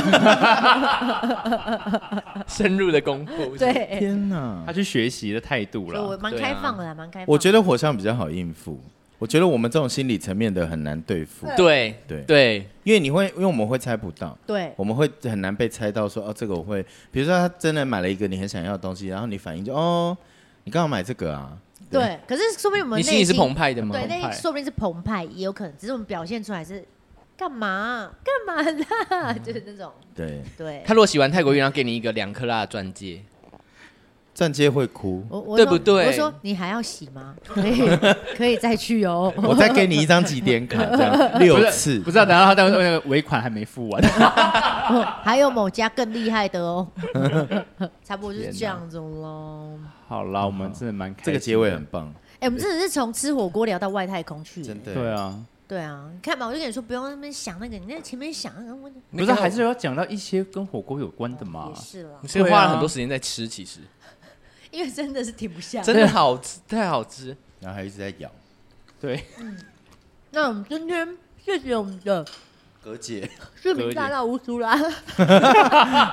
深入的功夫。
对，
天哪
他！去学习的态度
所以我
了。
蛮
对啊
开放的啦，蛮开放的。
我觉得火象比较好应付，我觉得我们这种心理层面的很难对付，
对
对
对，
因为你会，因为我们会猜不到。
对，
我们会很难被猜到说哦，这个我会，比如说他真的买了一个你很想要的东西，然后你反应就哦，你干嘛买这个啊？
对，可是说不定我们
你
内
心里是澎湃的吗？
对，内
澎
心
湃
说不定是澎湃，也有可能，只是我们表现出来是干嘛干嘛啦，就是那种
对，
对
嗯他。如果喜欢泰国浴，然后给你一个两克拉的钻戒，
站街会哭，
我我
对
说
不对
我说你还要洗吗？可以， 可以再去哦。
我再给你一张几点卡，这样六次
不，知道，等到他到那个尾款还没付完，
哦还有某家更厉害的 哦，差不多就是这样子喽。
好啦，我们真的蛮开心
这
的
个结尾很棒，
哎，我们真的是从吃火锅聊到外太空去，
真的。
对啊，
对啊，你看嘛，我就跟你说，不用在那边想那个，你在前面想那个问题
不是还是要讲到一些跟火锅有关的嘛
也？是啦
你，是花了很多时间在吃，其实
因为真的是停不下。
真的好吃，太好吃。
然后还一直在咬，
对，
那我们今天谢谢我们的
葛姐，
市民大道吴苏啦，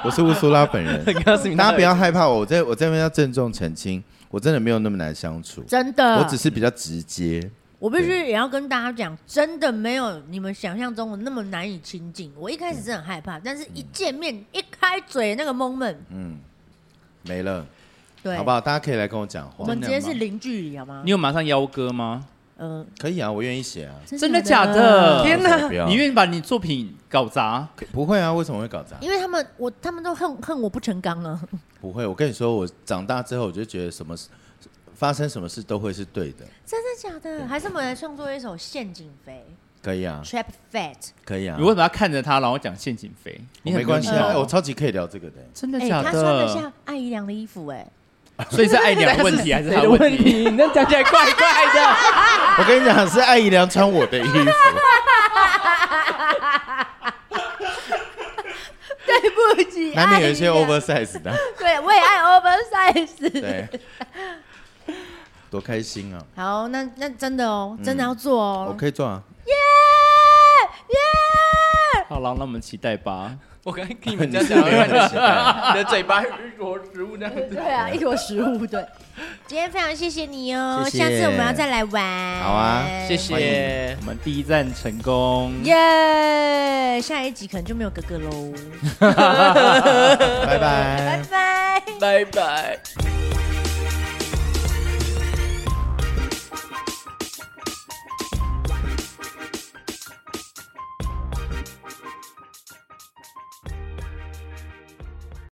我是乌苏拉本 人，
刚刚是你
大家不要害怕我，我在我这边要郑重澄清，我真的没有那么难相处，
真的，
我只是比较直接。
我必须也要跟大家讲，真的没有你们想象中的那么难以亲近。我一开始真的很害怕，但是一见面、一开嘴那个 moment，
嗯没了，
对，
好不好？大家可以来跟我讲
我
话，
们直接是零距离好吗
你？有马上邀歌吗？
嗯，
可以啊，我愿意写 啊。
真的假的？
天哪
不要
你愿意把你作品搞砸？
可不会啊啊？为什么会搞砸？
因为他们我他们都恨恨我不成钢啊，
不会，我跟你说，我长大之后我就觉得什么发生什么事都会是对的，
真的假的？还是我们来创作一首陷阱肥
可以啊，
Trap Fat？
可以啊
你，为什么要看着他，然后讲陷阱肥？
我
你很哦
没关系啊，
礼
哎
貌
我超级可以聊这个的。
真的
哎、
假
他穿得
的？
下艾姨良的衣服、哎，
所以是爱娘的问题还是他
谁的
的问
问
题？
题？你那讲起来怪怪的。
我跟你讲，是艾姨良穿我的衣服，
对不起，
难免有一些
爱你啊
oversize 的，
对，我也爱 oversize。
对，多开心啊！
好，那那真的哦，真的要做哦。
我可以做啊，
好了，那我们期待吧。
我刚跟你们讲讲，然后你的嘴巴裸食物那样子。
对 啊，一坨食物。对，今天非常谢谢你哦，
谢谢
下次我们要再来玩。
好啊
谢
欢
谢
迎。
我们第一站成功，
耶！下一集可能就没有哥哥喽，
拜拜
拜。拜。
拜拜。